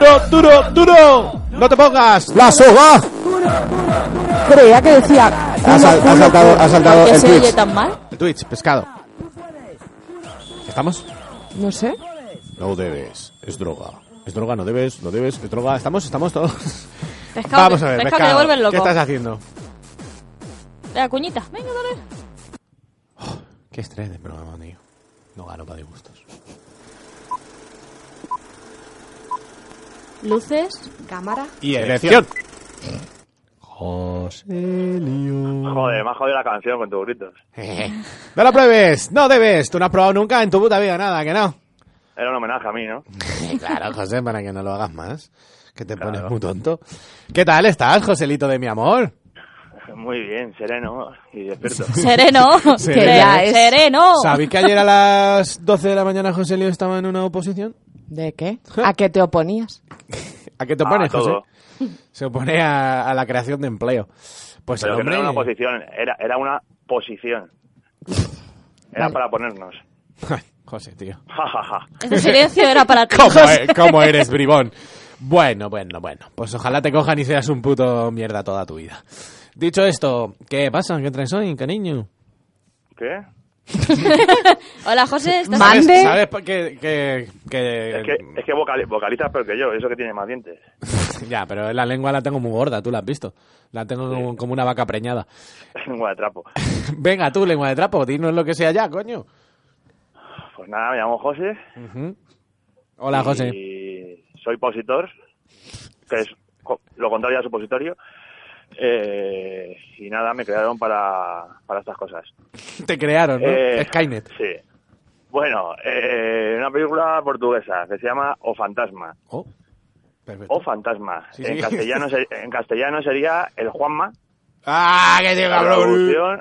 C: Duro, duro, duro. No te pongas.
H: ¡La soga!
E: Creía que decía...
H: Oh, Ha, sal- ha saltado, ha
D: ¿Por
H: saltado
D: qué
H: el
D: se oye
H: Twitch.
D: tan mal?
C: Twitch, pescado. ¿Estamos?
E: No sé.
C: No debes, es droga. Es droga, no debes, no debes, es droga. ¿Estamos? ¿Estamos todos?
D: Pescado,
C: Vamos a ver,
D: pescado, que te vuelven loco.
C: ¿Qué estás haciendo?
D: La cuñita. Venga, dale.
C: Qué estrés de programa, tío. No gano para disgustos.
D: Luces.
E: Cámara.
C: Y elección.
K: Joder, me has jodido la canción con tus gritos.
C: no la pruebes, no debes. Tú no has probado nunca en tu puta vida nada, que no.
K: Era un homenaje a mí, ¿no?
C: Eh, claro, José, para que no lo hagas más. Que te
K: Claro.
C: pones muy tonto. ¿Qué tal estás, Joselito de mi amor?
K: Muy bien, sereno y despierto.
D: Sereno.
C: Sereno.
D: Que
E: Ya es.
D: Sereno.
C: ¿Sabéis que ayer a las 12 de la mañana Joselito estaba en una oposición?
E: ¿De qué? ¿A qué te oponías?
C: ¿A qué te
K: Ah,
C: opones, José?
K: todo.
C: Se opone a, a la creación de empleo. Pues
K: Pero
C: el
K: que no era una
C: hombre...
K: oposición, era, era una posición. Era
E: Vale.
K: para ponernos.
C: José, tío.
K: Ja, ja, ja.
D: Este silencio era para ti.
C: ¿Cómo,
D: José.
C: e- cómo eres, bribón? Bueno, bueno, bueno. Pues ojalá te cojan y seas un puto mierda toda tu vida. Dicho esto, ¿qué pasa? ¿Qué traes hoy, cariño?
K: ¿Qué?
D: Hola, José. ¿estás
E: Ma- Mande.
C: ¿Sabes, sabes por qué- que, que-
K: Es que, es que vocali- vocalizas peor que yo, eso que tiene más dientes.
C: Ya, pero la lengua la tengo muy gorda, tú la has visto. La tengo como, como una vaca preñada.
K: Lengua de trapo.
C: Venga, tú, lengua de trapo, dinos lo que sea ya, coño.
K: Pues nada, me llamo José.
C: Ujú. Hola, José.
K: Y soy positor, que es co- lo contrario a supositorio. Eh, y nada, me crearon para, para estas cosas.
C: Te crearon, ¿no?
K: Eh,
C: Skynet.
K: Sí. Bueno, eh, una película portuguesa que se llama O Fantasma.
C: Oh, perfecto.
K: O Fantasma.
C: Sí,
K: en,
C: sí.
K: Castellano ser- en castellano sería El Juanma.
C: ¡Ah, que tío,
K: la
C: cabrón!
K: traducción.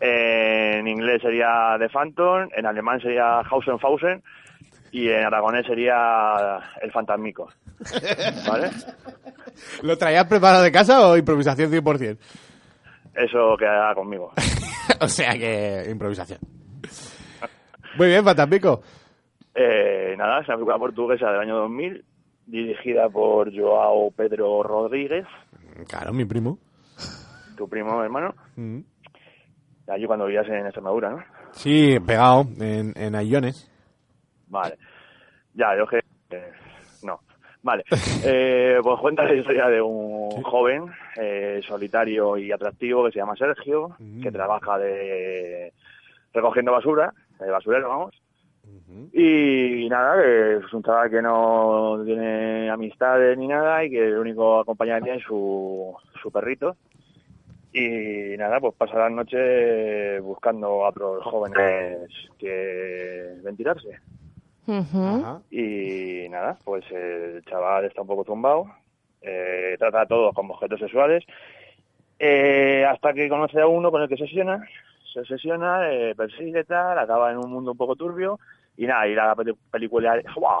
K: eh, en inglés sería The Phantom, en alemán sería Hausenfausen y en aragonés sería El Fantasmico. ¿Vale?
C: ¿Lo traías preparado de casa o improvisación 100%?
K: Eso queda conmigo.
C: o sea que improvisación. Muy bien, Patampico.
K: Eh, nada, es una película portuguesa del año 2000, dirigida por Joao Pedro Rodríguez,
C: Claro, mi primo. Mm.
K: tu primo hermano, allí cuando vivías en Extremadura, ¿no?
C: Sí, pegado en, en Aiones.
K: Vale. Ya, yo que... eh, no. Vale. Eh, pues cuenta la historia de un joven eh, solitario y atractivo que se llama Sergio, que trabaja de recogiendo basura, de basurero, vamos. Y nada, que es un chaval que no tiene amistades ni nada y que el único acompañante tiene es su, su perrito. Y nada, pues pasa las noches buscando a otros jóvenes que ventilarse. Y nada, pues el chaval está un poco tumbado, eh, trata a todos como objetos sexuales, eh, hasta que conoce a uno con el que se obsesiona, se obsesiona, eh, persigue tal, acaba en un mundo un poco turbio, y nada, y la peli- película... ¡Guau!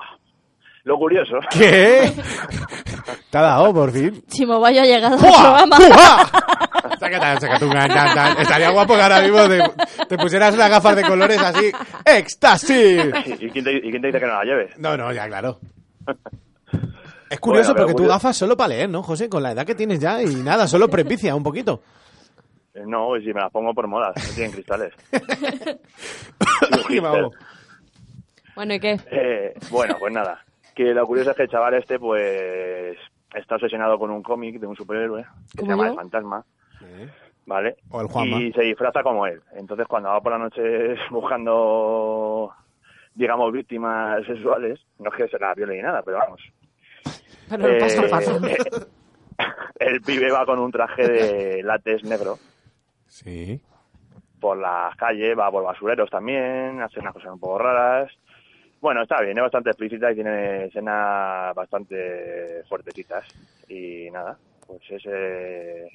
K: Lo curioso.
C: ¿Qué? Te ha dado, por fin.
D: Chimo vaya ha llegado al
C: ¡Fua!
D: programa.
C: Saca, saca tú, tan, tan, tan. Estaría guapo que ahora mismo te, te pusieras unas gafas de colores así. ¡Éxtasis!
K: ¿Y quién, te, y quién te dice que no la lleves?
C: No, no, ya, claro. Es curioso
K: Bueno, pero
C: porque tú
K: curioso.
C: gafas solo para leer, ¿no, José? Con la edad que tienes ya y nada, solo prepicia un poquito.
K: Eh, No, y si me las pongo por modas, no tienen cristales.
C: Y vamos.
E: Bueno, ¿y qué?
K: Eh, bueno, pues nada. Que lo curioso es que el chaval este, pues, está obsesionado con un cómic de un superhéroe que se
E: ¿Como
K: llama
E: yo?
K: El Fantasma. ¿Vale?
C: O el Juanma.
K: Y se disfraza como él. Entonces, cuando va por la noche buscando, digamos, víctimas sexuales, no es que se las viole ni nada, pero vamos.
E: Pero lo pasa
K: Eh,
E: fatal.
K: el pibe va con un traje de látex negro
C: Sí.
K: por las calles, va por basureros también, hace unas cosas un poco raras. Bueno, está bien, es bastante explícita y tiene escenas bastante fuertecitas. Y nada, pues ese...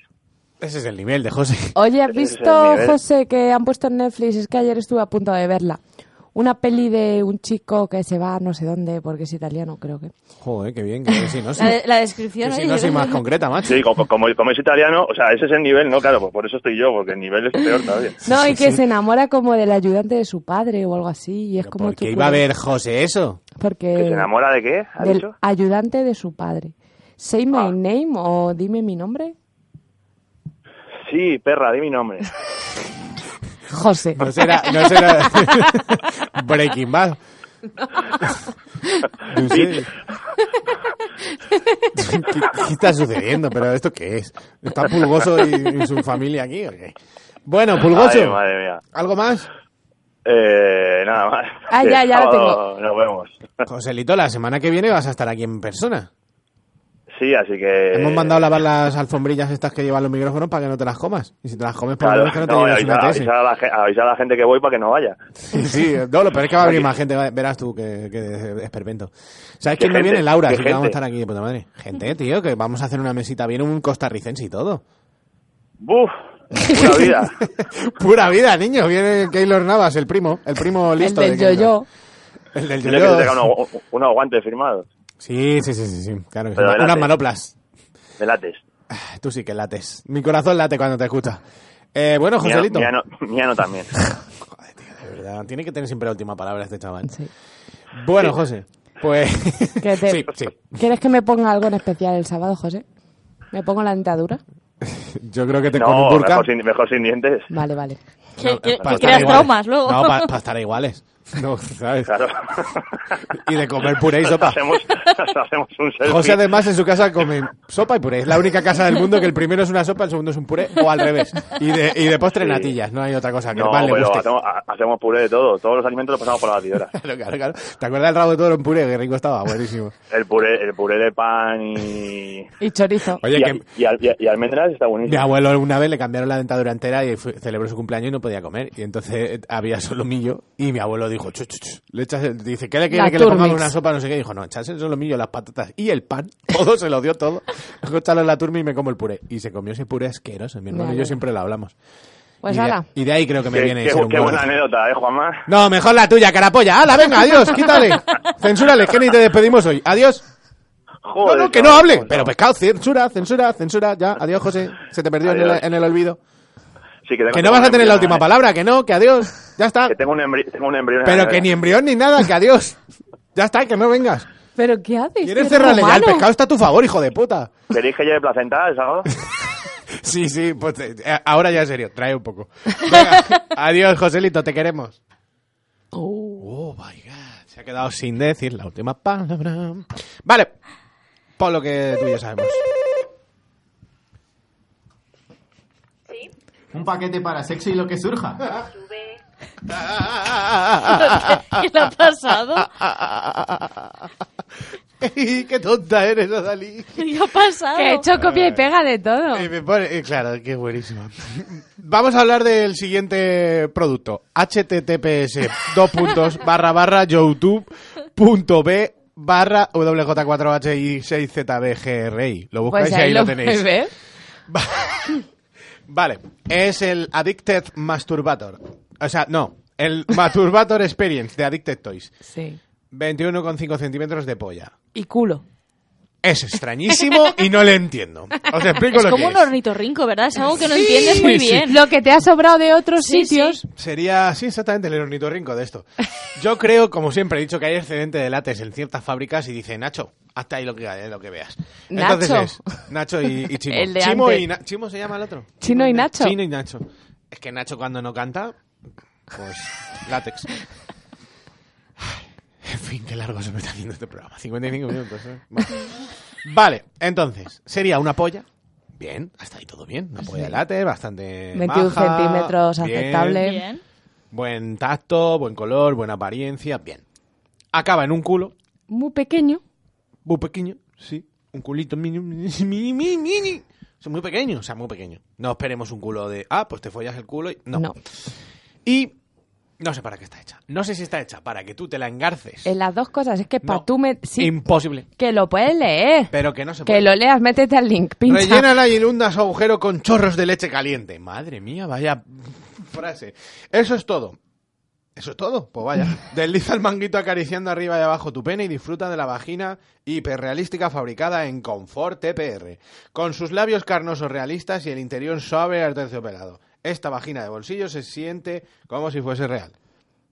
C: Ese es el nivel de José.
E: Oye, ¿has
K: Ese es el
E: visto,
K: nivel.
E: José, que han puesto en Netflix? Es que ayer estuve a punto de verla. Una peli de un chico que se va a no sé dónde porque es italiano, creo que.
C: Joder, qué bien. Que sí, no, sí.
D: La, de- la descripción,
C: Que sí,
D: oye,
C: no
D: yo
C: soy
D: creo
C: más
D: que-
C: concreta, macho.
K: Sí, co- co- como, como es italiano, o sea, ese es el nivel, ¿no? Claro, pues por eso estoy yo, porque el nivel es peor
C: Eh,
K: todavía.
E: No, y que se enamora como del ayudante de su padre o algo así. Y es como
C: ¿Por qué
E: tu
C: iba a
E: culo.
C: ver José eso?
E: Porque
K: ¿Que se enamora de qué? ¿Has
E: del
K: dicho? Ah.
E: ayudante de su padre. Say my name o dime mi nombre.
K: Sí, perra, di mi nombre.
E: José.
C: No será... No será... Breaking Bad. No sé. ¿Qué, qué está sucediendo? ¿Pero esto qué es? ¿Está Pulgoso y, y su familia aquí o qué? Bueno,
K: Ay,
C: Pulgoso,
K: madre mía.
C: ¿algo más?
K: Eh, nada más.
E: Ah, ya, ya
K: El
E: la tengo.
K: sábado Nos vemos.
C: Joselito, la semana que viene vas a estar aquí en persona.
K: Sí, así que...
C: Hemos mandado a lavar las alfombrillas estas que llevan los micrófonos para que no te las comas. Y si te las comes, por lo
K: Claro,
C: menos que no te
K: no,
C: lleves
K: avisar,
C: una TS.
K: avisar a la, gen- avisar a la gente que voy para que no vaya.
C: Sí, sí, no, lo peor es que va a venir más gente, verás tú, que, que esperpento. ¿Sabes
K: ¿Qué
C: quién no
K: gente?
C: viene? Laura,
K: ¿Qué
C: así que vamos a
K: gente?
C: estar aquí de puta madre. Gente, tío, que vamos a hacer una mesita, viene un costarricense y todo.
K: ¡Buf! ¡Pura vida!
C: Pura vida, niño, viene Keylor Navas, el primo, el primo
E: El
C: listo. de
E: del
C: Keylor.
E: yo-yo.
C: El del
K: Dile que te traiga
C: yo-yo.
K: unos, unos guantes firmados
C: Sí, sí, sí, sí, sí, claro que sí. Una-
K: Pero
C: Unas
K: adelante.
C: manoplas. Ah,
K: de látex.
C: Tú sí que lates. Mi corazón late cuando te escucha. Eh, bueno,
K: Mía no-
C: Joselito.
K: mía no- mía no también.
C: De verdad, tiene que tener siempre la última palabra este chaval.
E: Sí.
C: Bueno, José, pues...
E: Que te-
C: Sí, sí.
E: ¿Quieres que me ponga algo en especial el sábado, José? ¿Me pongo la dentadura?
C: Yo creo que te con un
K: No,
C: burka-
K: mejor sin, mejor sin dientes.
E: Vale, vale.
D: que-
C: No,
D: que-
C: pa-
D: que
C: estar
D: creas
C: iguales.
D: traumas luego.
C: No, para estar iguales. No, ¿sabes?
K: Claro.
C: Y de comer puré y sopa.
K: Nos hacemos, nos hacemos un selfie.
C: José además en su casa come sopa y puré. Es la única casa del mundo que el primero es una sopa, el segundo es un puré o al revés. Y de, y de postre
K: Sí.
C: natillas, no hay otra cosa que
K: no,
C: más le
K: pero
C: guste.
K: hacemos, ha- hacemos puré de todo. Todos los alimentos los pasamos por la batidora.
C: Claro, claro, claro. ¿Te acuerdas del rabo de toro en puré? Que rico estaba, buenísimo.
K: El puré, el puré de pan y...
E: Y chorizo.
C: Oye,
K: y,
C: que
K: al- y al- y al- y almendras está
C: mi
K: buenísimo.
C: abuelo una vez le cambiaron la dentadura entera y fue- celebró su cumpleaños y no podía comer. Y entonces eh, había solomillo y mi abuelo dijo, "Chu, chu, chu". Le echas el- dice, ¿qué le quiere
E: La
C: que le pongamos
E: Turmix.
C: una sopa? No sé qué. Dijo, no, echas el solomillo, las patatas y el pan. Todo se lo dio todo. Dijo, "Échalo en la turmi y me como el puré. Y se comió ese puré asqueroso. Mi hermano y yo
E: Vale.
C: siempre lo hablamos.
E: Pues
C: y, de,
E: ala.
C: y de ahí creo que me
K: Qué,
C: viene
K: qué-
C: ser un
K: qué
C: gordo.
K: buena anécdota, ¿eh, Juanma?
C: No, mejor la tuya, carapolla. ¡Hala, venga, adiós! ¡Quítale! ¡Censúrale! que ni te despedimos hoy! ¡Adiós!
K: Joder,
C: no, no, que no
K: chaval,
C: hable.
K: pues
C: Pero pescado, censura, censura, censura. Ya, adiós, José. Se te perdió en, el,
K: Adiós.
C: en el olvido.
K: Sí, que,
C: Que
K: tengo-
C: no
K: tengo
C: vas a
K: un
C: tener la
K: embrión,
C: última
K: ¿eh?
C: palabra, que no, que adiós. Ya está.
K: Que tengo un, embri- tengo un embrión. en la
C: Pero que
K: nevera.
C: ni embrión ni nada, que adiós. Ya está, que no vengas.
E: ¿Pero qué haces?
C: Quieres
E: tío,
C: cerrarle ya, el
E: romano?
C: pescado está a tu favor, hijo de puta.
K: ¿Queréis que lleve placenta el sábado?
C: Sí, sí, pues eh, eh, ahora ya en serio, trae un poco. Venga, adiós, Joselito, te queremos. Oh, my God. Se ha quedado sin decir la última palabra. Vale, por lo que tú y yo sabemos.
L: Un paquete para sexo y lo que surja.
C: ¿Qué
F: le ha pasado?
C: ¡Qué tonta eres, Adalí!
D: ¿Qué ha pasado?
E: Que he hecho copia y pega de todo.
C: Eh, me pone- eh, claro, qué buenísimo. Vamos a hablar del siguiente producto. https dos puntos barra barra youtube.b barra wj4hi6zbgri. Lo buscáis
E: Pues
C: y ahí
E: ahí
C: lo
E: lo
C: tenéis.
E: podéis ver.
C: Va- vale, es el Addicted Masturbator. O sea, no, el Masturbator Experience de Addicted Toys.
E: Sí.
C: 21,5 centímetros de polla.
E: Y culo.
C: Es extrañísimo y no le entiendo. Os explico
D: es
C: lo que
D: como un
C: es.
D: ornitorrinco, ¿verdad? Es algo que no
C: Sí,
D: entiendes muy
C: sí.
D: bien.
E: Lo que te ha sobrado de otros
D: Sí,
E: sitios.
C: Sería, sí, exactamente, el ornitorrinco de esto. Yo creo, como siempre he dicho, que hay excedente de látex en ciertas fábricas y dice, Nacho, hasta ahí lo que, eh, lo que veas. Entonces
E: Nacho.
C: es Nacho y, y Chimo.
E: El de
C: Chimo,
E: antes.
C: y Na- ¿Chimo se llama el otro.
E: Chino y Nacho.
C: Chino y Nacho. Es que Nacho cuando no canta, pues látex. En fin, qué largo se me está haciendo este programa. 55 minutos, ¿eh? Vale. Vale, entonces, sería una polla. Bien, hasta ahí todo bien. Una polla de látex, bastante
E: 21
C: maja,
E: centímetros
C: bien.
E: aceptable.
C: Buen tacto, buen color, buena apariencia, bien. Acaba en un culo,
E: Muy pequeño.
C: muy pequeño, sí. Un culito mini, mini, mini, mini. O sea, muy pequeño, o sea, muy pequeño. No esperemos un culo de, ah, pues te follas el culo y... No. Y no sé para qué está hecha. No sé si está hecha para que tú te la engarces.
E: En las dos cosas. Es que para
C: No.
E: tú me... Sí,
C: Imposible.
E: que lo puedes leer.
C: Pero que no se puede.
E: Que lo leas, métete al link, pincha.
C: Rellénala y inunda su agujero con chorros de leche caliente. Madre mía, vaya frase. Eso es todo. Eso es todo. Pues vaya. Desliza el manguito acariciando arriba y abajo tu pene y disfruta de la vagina hiperrealística fabricada en Confort TPR. Con sus labios carnosos realistas y el interior suave aterciopelado. Esta vagina de bolsillo se siente como si fuese real.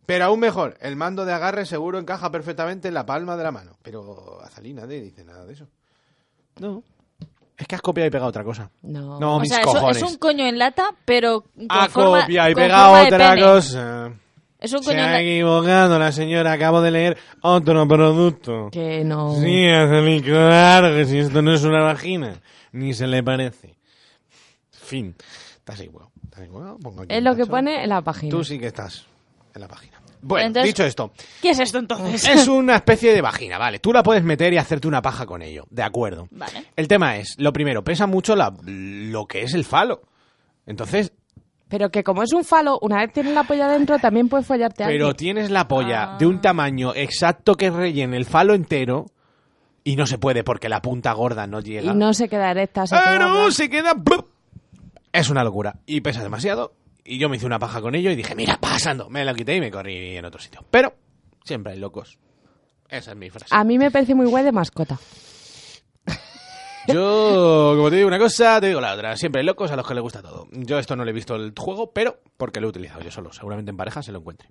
C: Pero aún mejor, el mando de agarre seguro encaja perfectamente en la palma de la mano. Pero Azalí nadie dice nada de eso. No. Es que has copiado y pegado otra cosa.
E: No,
D: o
C: mis
D: sea, eso-
C: cojones.
D: es un coño en lata, pero con
C: Ha
D: forma,
C: copiado y
D: con
C: pegado
D: forma de
C: otra
D: pene.
C: cosa.
D: Es un
C: Se
D: coño en
C: ha
D: lata.
C: equivocado la señora. Acabo de leer otro producto.
E: Que no.
C: Sí, Azalí, claro que si esto no es una vagina, ni se le parece. Fin. Estás ahí, huevo. Estás ahí, huevo. Pongo aquí
E: Es
C: el
E: lo que
C: cacho.
E: pone en la página.
C: Tú sí que estás en la página. Bueno,
D: Entonces-
C: dicho esto,
D: ¿Qué es esto entonces?
C: es una especie de vagina, vale. Tú la puedes meter y hacerte una paja con ello, de acuerdo.
D: Vale.
C: El tema es, lo primero, pesa mucho la- lo que es el falo. Entonces,
E: Pero que como es un falo, una vez tienes la polla dentro, también puedes follarte a
C: pero
E: alguien.
C: tienes la
E: Ah.
C: polla de un tamaño exacto que rellene el falo entero y no se puede porque la punta gorda no llega.
E: Y no se queda erecta. se
C: Ah,
E: queda
C: no,
E: mal.
C: se queda... Es una locura. Y pesa demasiado. Y yo me hice una paja con ello y dije, mira, pasando. Me la quité y me corrí en otro sitio. Pero siempre hay locos. Esa es mi frase.
E: A mí me parece muy guay de mascota.
C: Yo, como te digo una cosa, te digo la otra. Siempre hay locos a los que les gusta todo. Yo esto no le he visto el juego, pero porque lo he utilizado yo solo. Seguramente en pareja se lo encuentre.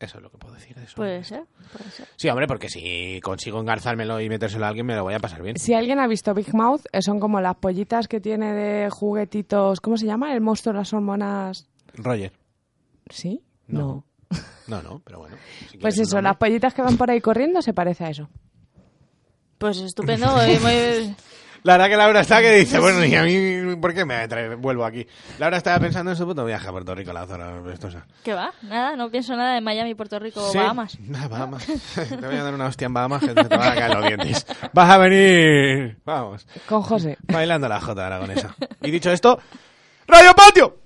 C: Eso es lo que puedo decir de eso.
D: Puede
E: Pues-
D: ser, puede ser.
C: Sí, hombre, porque si consigo engarzármelo y metérselo a alguien, me lo voy a pasar bien.
E: Si alguien ha visto Big Mouth, eh, son como las pollitas que tiene de juguetitos. ¿Cómo se llama? El monstruo de las hormonas.
C: Roger.
E: ¿Sí?
C: No. No, no, pero bueno. si
E: Pues
C: quieres un
E: eso,
C: nombre.
E: las pollitas que van por ahí corriendo se parece a eso.
D: Pues estupendo. eh, muy-
C: La verdad que Laura está que dice, bueno, ni a mí, ¿por qué me trae- vuelvo aquí? Laura estaba pensando en su puto viaje a Puerto Rico, la zona vestosa.
D: ¿Qué va? Nada, no pienso nada de Miami, Puerto Rico o
C: Sí.
D: Bahamas.
C: Ah, Bahamas. te voy a dar una hostia en Bahamas que te van a caer los dientes. Vas a venir. Vamos.
E: Con José.
C: Bailando la jota aragonesa. Y dicho esto, ¡Rayo Patio!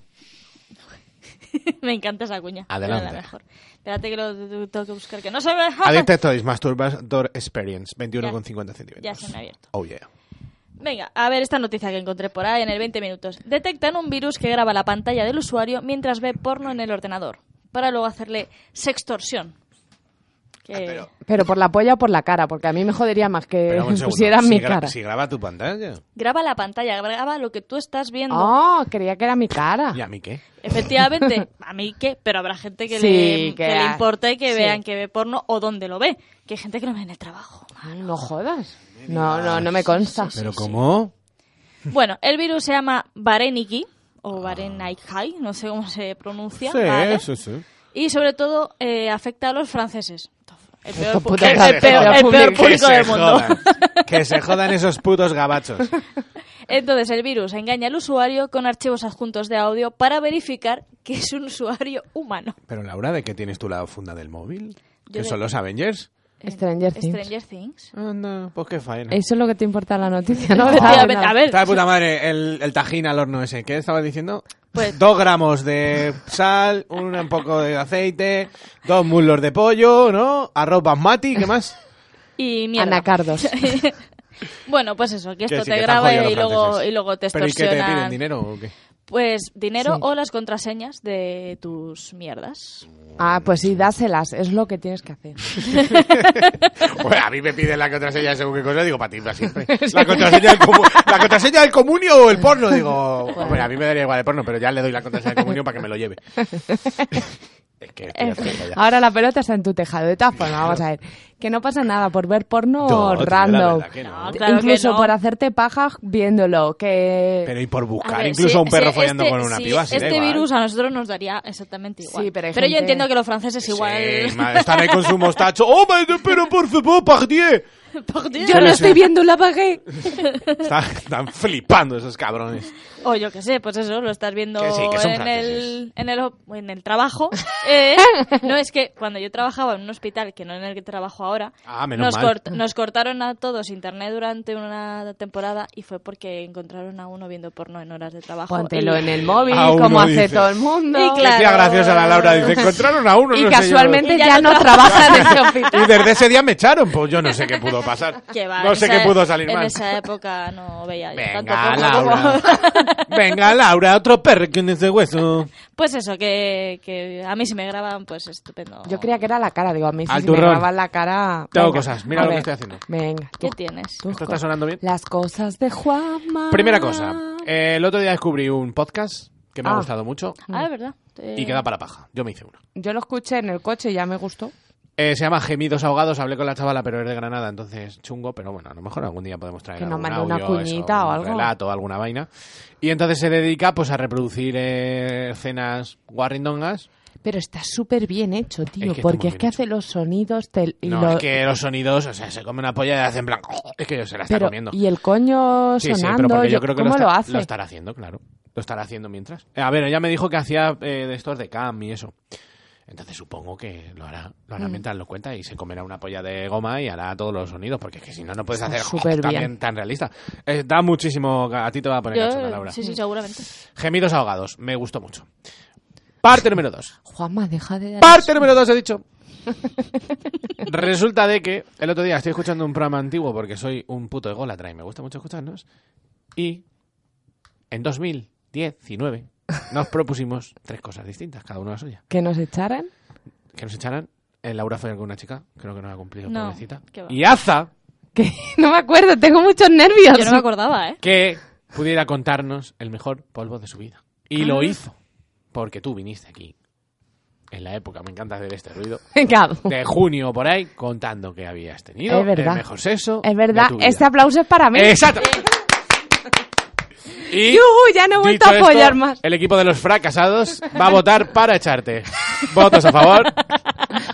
D: Me encanta esa cuña. Era
C: Adelante.
D: la mejor. Espérate que lo tengo que buscar, que no se me
C: Adicted Toys Masturbator Experience, 21,50 centímetros.
D: Ya se me ha abierto. Eh,
C: Oh yeah.
D: Venga, a ver esta noticia que encontré por ahí en el 20 minutos. Detectan un virus que graba la pantalla del
C: Ah,
D: usuario mientras ve porno en el ordenador, para luego hacerle sextorsión. que-
E: Pero por la polla o por la cara, porque a mí me jodería más que
C: Pero
D: pues
C: un segundo,
E: pusieran
C: si
E: mi
C: gra-
E: cara.
C: Si graba tu pantalla.
D: Graba la pantalla, graba lo que tú estás viendo.
E: Oh, creía que era mi
D: Ah.
E: cara.
C: ¿Y a mí qué?
D: Efectivamente, a mí qué, pero habrá gente que,
E: Sí,
D: le,
E: que
D: que le
E: ha-
D: importe que
E: sí.
D: vean que ve porno o dónde lo ve. Que hay gente que lo ve en el trabajo.
E: No jodas. No, no, no me consta.
C: ¿Pero cómo?
D: Bueno, el virus se llama Vareniki
E: Ah.
D: o Varenicai, no sé cómo se pronuncia. ¿vale?
C: sí, sí.
D: Y sobre todo eh, afecta a los franceses. El peor,
C: Estos
D: pu-
C: putos
D: el
C: franceses.
D: peor- el peor
C: Que
D: público
C: se
D: del mundo.
C: jodan. Que se jodan esos putos gabachos.
D: Entonces el virus engaña al usuario con archivos adjuntos de audio para verificar que es un usuario humano.
C: Pero Laura, ¿de qué tienes tú la funda del móvil?
D: Yo
C: ¿Que
D: de-
C: son los Avengers?
E: Stranger Things.
D: Stranger Things.
C: no, pues qué faena.
E: Eso es lo que te importa la noticia, Ah, ¿no?
D: Efectivamente, a ver.
C: Está de puta madre el, el tajín al horno ese. ¿Qué estabas diciendo?
D: Pues-
C: Dos gramos de sal, un, un poco de aceite, dos muslos de pollo, ¿no? Arroz basmati, ¿qué más?
D: Y mierda.
E: Anacardos.
D: bueno, pues eso, que
C: Que
D: esto
C: sí,
D: te
C: que están
D: graba
C: jodidos
D: y
C: los
D: luego,
C: franceses.
D: y luego te
C: ¿Pero y qué te piden?
D: extorsionan.
C: ¿Dinero o qué?
D: Pues dinero
E: Sí.
D: o las contraseñas de tus mierdas.
E: Ah, pues sí, dáselas. Es lo que tienes que hacer.
C: Pues a mí me piden la contraseña según qué cosa, digo, para ti, para siempre. La contraseña, del comu- la contraseña del comunio o el porno, digo, hombre, a mí me daría igual el porno, pero ya le doy la contraseña del comunio para que me lo lleve. es que estoy
E: En
C: hasta
E: fin,
C: ya.
E: Ahora la pelota está en tu tejado. De todas formas, vamos a ver. Que no pasa nada por ver porno
C: No, tío, la
E: random.
C: verdad que no. No,
D: claro que
E: Incluso
D: no.
E: por hacerte paja viéndolo. Que...
C: Pero y por buscar
D: A ver,
C: incluso
D: sí,
C: a un perro
D: sí,
C: follando
D: este-
C: con una
D: sí,
C: piba, si da
D: Este
C: igual.
D: virus a nosotros nos daría exactamente igual.
E: Sí, pero hay
D: yo
E: gente-
D: entiendo que los franceses igual.
C: Sí, madre, están ahí con su mostacho. ¡Oh, madre, pero por favor, pardier!
D: Por Dios.
E: Yo no estoy viendo la pagué.
C: Están, están flipando esos cabrones.
D: O yo qué sé, pues eso, lo estás viendo
C: Que sí, que son
D: en, el,
C: franceses.
D: en, el, en el trabajo. Eh, no, es que cuando yo trabajaba en un hospital, que no en el que trabajo ahora,
C: Ah, menos
D: nos,
C: mal.
D: nos cortaron a todos internet durante una temporada y fue porque encontraron a uno viendo porno en horas de trabajo.
E: Póntelo
D: Y-
E: en el móvil,
C: A uno
E: como hace
C: dice.
E: todo el mundo.
D: Y
C: Qué tía graciosa la Laura dice, encontraron a uno,
E: Y
C: no sé yo".
E: casualmente
D: Y ya
E: ya,
D: no
E: no trabaja en ese hospital.
C: Y desde ese día me echaron, pues yo no sé qué pudo pasar.
D: Que va,
C: no
D: en
C: sé
D: esa-
C: qué pudo salir
D: en
C: mal.
D: esa época no veía yo tanto
C: Venga,
D: porno
C: Laura.
D: como-
C: Venga, Laura, otro perro que no es de hueso.
D: Pues eso, que, que a mí si me graban, pues estupendo.
E: Yo creía que era la cara, digo, a mí
C: Al
E: si me
C: turrón.
E: graban la cara...
C: Tengo
E: Venga,
C: cosas, mira
E: a
C: lo que
E: ver.
C: estoy haciendo.
E: Venga,
D: ¿Qué
E: tú.
D: tienes?
E: tú
C: ¿Esto
E: co-
C: está sonando bien?
E: Las cosas de Juanma.
C: Primera cosa, eh, el otro día descubrí un podcast que me ha
E: Ah.
C: gustado mucho
D: Ah, es verdad. Eh,
C: y queda para paja. Yo me hice uno.
E: Yo lo escuché en el coche y ya me gustó.
C: Eh, se llama Gemidos Ahogados, hablé con la chavala, pero es de Granada, entonces chungo, pero bueno, a lo mejor algún día podemos traer
E: Que nos
C: algún
E: mande una
C: audio,
E: cuñita
C: eso,
E: o
C: un
E: algo.
C: relato, alguna vaina. Y entonces se dedica pues a reproducir eh, escenas guarrindongas.
E: Pero está súper bien hecho, tío,
C: Es que está muy
E: porque es
C: bien
E: que
C: hecho.
E: hace los sonidos... del- y
C: No,
E: lo-
C: es que los sonidos, o sea, se come una polla y hacen plan... Es que se la está
E: pero-
C: comiendo.
E: Y el coño
C: Sí, sí, pero
E: sonando,
C: porque
E: yo-
C: yo creo que
E: ¿cómo
C: lo, está-
E: lo hace?
C: lo estará haciendo, claro. Lo estará haciendo mientras. Eh, A ver, ella me dijo que hacía eh, de estos de cam y eso. Entonces supongo que lo hará, lo hará
E: Mm.
C: mientras lo cuenta y se comerá una polla de goma y hará todos los sonidos, porque es que si no, no puedes
E: Está
C: hacer
E: súper
C: también
E: bien.
C: tan realista. Eh, da muchísimo... ga- A ti te va a poner
D: yo-
C: cachonda, Laura.
D: sí, sí, seguramente.
C: Gemidos ahogados, me gustó mucho. Parte número dos.
E: Juanma, deja de dar
C: Parte número 2 he dicho. Resulta de que el otro día estoy escuchando un programa antiguo porque soy un puto ególatra y me gusta mucho escucharnos. Y en 2019 nos propusimos tres cosas distintas, cada uno la suya.
E: que nos echaran.
C: Que nos echaran. eh, Laura fue con una chica, creo que no la ha cumplido,
D: No,
C: pobrecita.
D: qué va.
C: Y Aza,
E: Que no me acuerdo, tengo muchos nervios.
D: Yo no me acordaba, ¿eh?
C: que pudiera contarnos el mejor polvo de su vida. Y
D: Ah.
C: lo hizo, porque tú viniste aquí. En la época, me encanta hacer este ruido.
E: Venga,
C: de junio por ahí contando que habías tenido
E: Es verdad.
C: el mejor sexo.
E: es
C: de
E: verdad,
C: tu vida.
E: este aplauso es para mí.
C: Exacto. Y
E: Yujú, ya no he vuelto
C: dicho
E: a apoyar
C: esto, eh,
E: más.
C: El equipo de los fracasados va a votar para echarte. Votos a favor.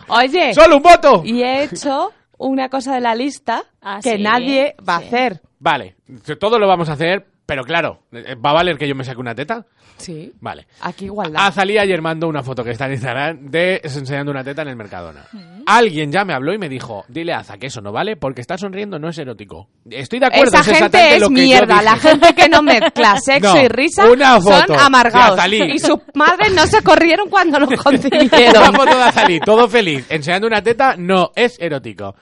E: Oye,
C: Solo un voto.
E: y he hecho una cosa de la lista
D: Ah,
E: que
D: sí,
E: nadie va
D: sí.
E: a hacer.
C: Vale, todo lo vamos a hacer, pero claro, eh, ¿va a valer que yo me saque una teta?
E: Sí.
C: Vale.
E: Aquí igualdad.
C: Azalía ayer mandó una foto que está en Instagram de enseñando una teta en el Mercadona.
E: Mm.
C: Alguien ya me habló y me dijo, dile a Aza que eso no vale porque está sonriendo no es erótico. Estoy de acuerdo.
E: Esa
C: es
E: gente
C: exactamente
E: es
C: lo que yo
E: mierda.
C: dije.
E: La gente que no mezcla sexo
C: No,
E: y risa
C: una foto
E: son
C: de
E: amargados.
C: Azalí.
E: Y sus madres no se corrieron cuando los
C: Una
E: concibieron.
C: foto de Azalí, todo feliz, enseñando una teta no es erótico.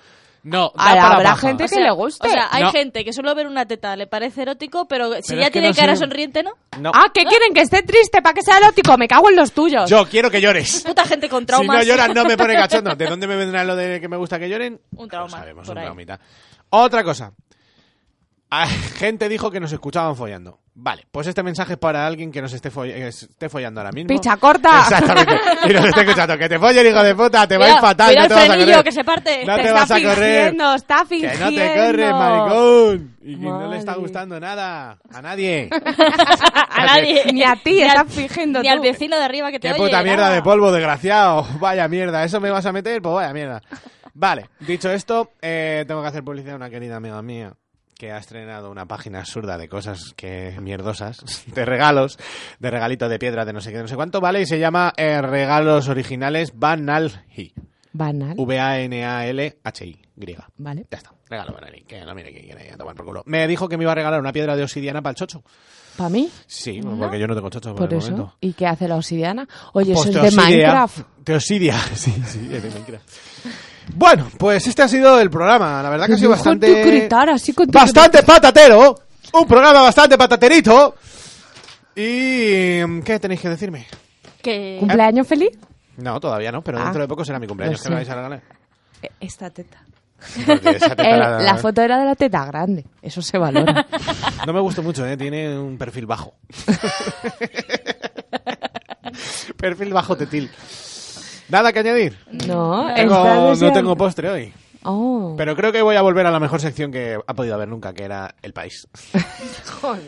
M: No, da
E: Ahora,
M: para
E: habrá
M: abajo.
E: gente
D: O sea,
E: que le guste.
D: O sea, hay
M: No.
D: gente que solo ver una teta le parece erótico, pero si
C: Pero es
D: ya
C: que
D: tiene
C: no
D: cara
C: sirve.
D: sonriente, ¿no?
C: No.
E: Ah, ¿qué quieren? ¿Que esté triste para que sea erótico? Me cago en los tuyos.
C: Yo quiero que llores.
D: Puta gente con
C: Si
D: traumas.
C: no lloras, no me pone cachondo. ¿De dónde me vendrá lo de que me gusta que lloren?
D: Un trauma.
C: No sabemos,
D: por
C: un
D: ahí.
C: traumita. Otra cosa. Ah, Gente dijo que nos escuchaban follando. Vale, pues este mensaje es para alguien que nos esté, foll- que esté follando ahora mismo.
E: Picha corta.
C: Exactamente. Y nos esté escuchando. Que te follen, hijo de puta, te va a
D: Mira,
C: ir fatal.
D: mira
C: no
D: el
C: te vas a
D: frenillo,
C: correr.
D: que se parte.
C: No
D: Te
C: te
D: está
C: vas a correr.
E: Fingiendo, está
C: Que
E: fingiendo.
C: no te corres, maricón. Y que no le está gustando nada. A nadie.
D: A nadie.
E: Ni a ti,
D: Ni al-
E: estás fingiendo
D: Ni
E: tú. eh,
D: al vecino de arriba que te
C: Qué
D: oye.
C: puta mierda
D: nada.
C: de polvo, desgraciado. Vaya mierda, ¿eso me vas a meter? Pues vaya mierda. Vale, dicho esto, eh, tengo que hacer publicidad a una querida amiga mía que ha estrenado una página absurda de cosas que mierdosas, de regalos, de regalito de piedra, de no sé qué, de no sé cuánto, ¿vale? Y se llama eh, Regalos Originales Banalhi.
E: Banal.
C: V-A-N-A-L-H-I, griega.
E: Vale.
C: Ya está, regalo Banalhi, que no mire que quiere a tomar por culo. Me dijo que me iba a regalar una piedra de obsidiana para el chocho.
E: ¿Para mí?
C: Sí, porque yo no tengo chocho por,
E: Por
C: el
E: eso.
C: momento.
E: ¿Y qué hace la obsidiana? Oye,
C: Pues
E: eso
C: te
E: es de
C: obsidia.
E: Minecraft.
C: Te obsidia, sí, sí, es de Minecraft. Bueno, pues este ha sido el programa. La verdad que ha sido
E: Dibujo en tu
C: bastante.
E: critar, así con tu-
C: Bastante patatero. Un programa bastante pataterito. ¿Y mm, qué tenéis que decirme?
D: Que...
E: ¿Cumpleaños feliz?
C: No, todavía no, pero
E: Ah.
C: dentro de poco será mi cumpleaños. ¿Qué
E: Lo
C: me vais
E: sé. E,
C: a regalar?
E: Esta teta.
C: Porque esa teta la-
E: Eh, la foto era de la teta grande. Eso se valora.
C: No me gustó mucho, ¿eh? Tiene un perfil bajo. perfil bajo tetil. Nada que añadir.
E: No,
C: Tengo-
E: está
C: no
E: deseando-
C: tengo postre hoy.
E: Oh.
C: Pero creo que voy a volver a la mejor sección que ha podido haber nunca, que era el país.
E: Joder.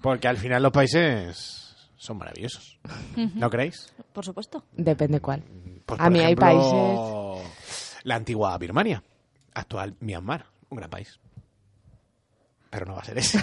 C: Porque al final los países son maravillosos. ¿No creéis?
D: Por supuesto.
E: Depende cuál.
C: Pues,
E: a
C: por
E: mí hay países.
C: ejemplo, La antigua Birmania, actual Myanmar, un gran país. Pero no va a ser ese.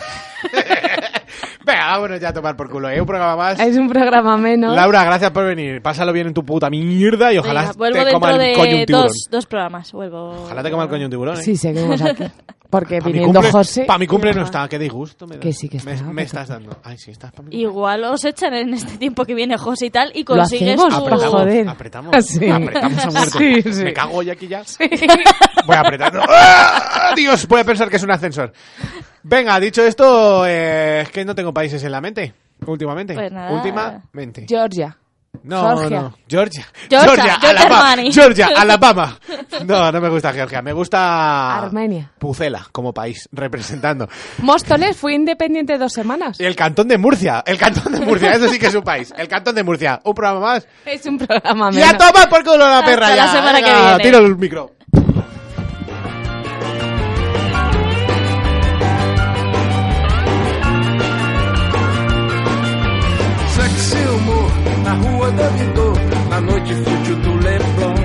C: Venga, vámonos ya a tomar por culo. ¿eh? Un programa más.
E: Es un programa menos.
C: Laura, gracias por venir. Pásalo bien en tu puta mierda y ojalá
D: Venga, vuelvo
C: te
D: dentro
C: coma el coño un
D: de
C: tiburón.
D: dos, dos programas. Vuelvo.
C: Ojalá te coma el coño un tiburón. ¿eh?
E: Sí, seguimos aquí. Porque
C: Pa' mi
E: viniendo
C: cumple-
E: José.
C: Pa' mi cumple no está, qué disgusto me da.
E: Que sí, que
C: Me-
E: está,
C: Me,
E: porque-
C: estás dando. Ay, sí, estás pa' mi
D: Igual os echan en este tiempo que viene José y tal y
E: Lo
D: consigues
E: hacemos,
D: tu-
E: por joder.
C: Apretamos,
E: Sí.
C: apretamos a muerte.
E: Sí, sí.
C: Me cago hoy aquí ya. Voy apretando. ¡Ah! Dios, voy a pensar que es un ascensor. Venga, dicho esto, eh, es que no tengo países en la mente. Últimamente.
D: Pues nada.
C: Últimamente.
E: Georgia.
C: No,
E: Georgia.
C: no. Georgia.
D: Georgia, Georgia
C: Alabama.
D: Armani.
C: Georgia, Alabama. No, no me gusta Georgia. Me gusta.
E: Armenia.
C: Pucela como país representando.
E: Móstoles fue independiente dos semanas.
C: Y el cantón de Murcia. El cantón de Murcia. Eso sí que es un país. El cantón de Murcia. Un programa más.
E: Es un programa menos.
C: Ya toma por culo la perra
D: Hasta
C: ya.
D: la semana que
C: Venga,
D: viene.
C: Tiro el micro.
F: Sexy humor na rua do Vitor, na noite fútil do Leblon.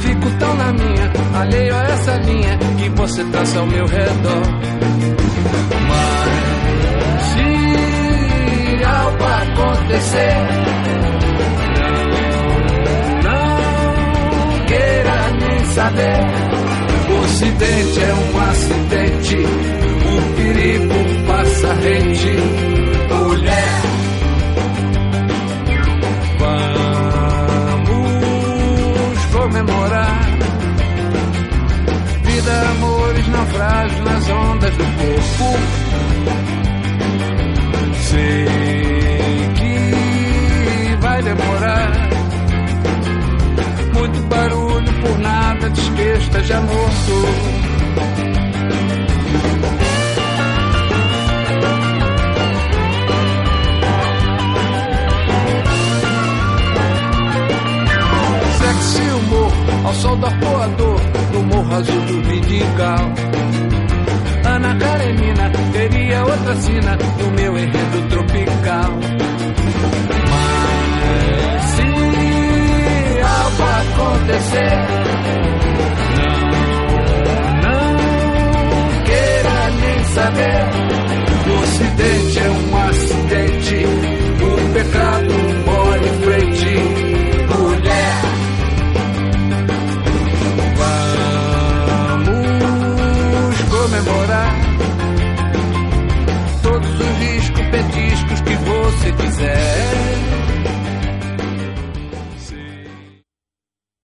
F: Fico tão na minha, alheio a essa linha que você traça ao meu redor. Mas se algo acontecer, não, não queira nem saber. O ocidente é um acidente, o perigo passa rente, mulher. Vamos comemorar. Vida, amores, naufrágios nas ondas do corpo. Sei que vai demorar. Muito barulho por nada, desquesta já morto. Sexy humor ao sol do arpoador no morro azul do Vidigal. Ana Karenina teria outra sina no meu enredo tropical. Mas se algo acontecer, é um um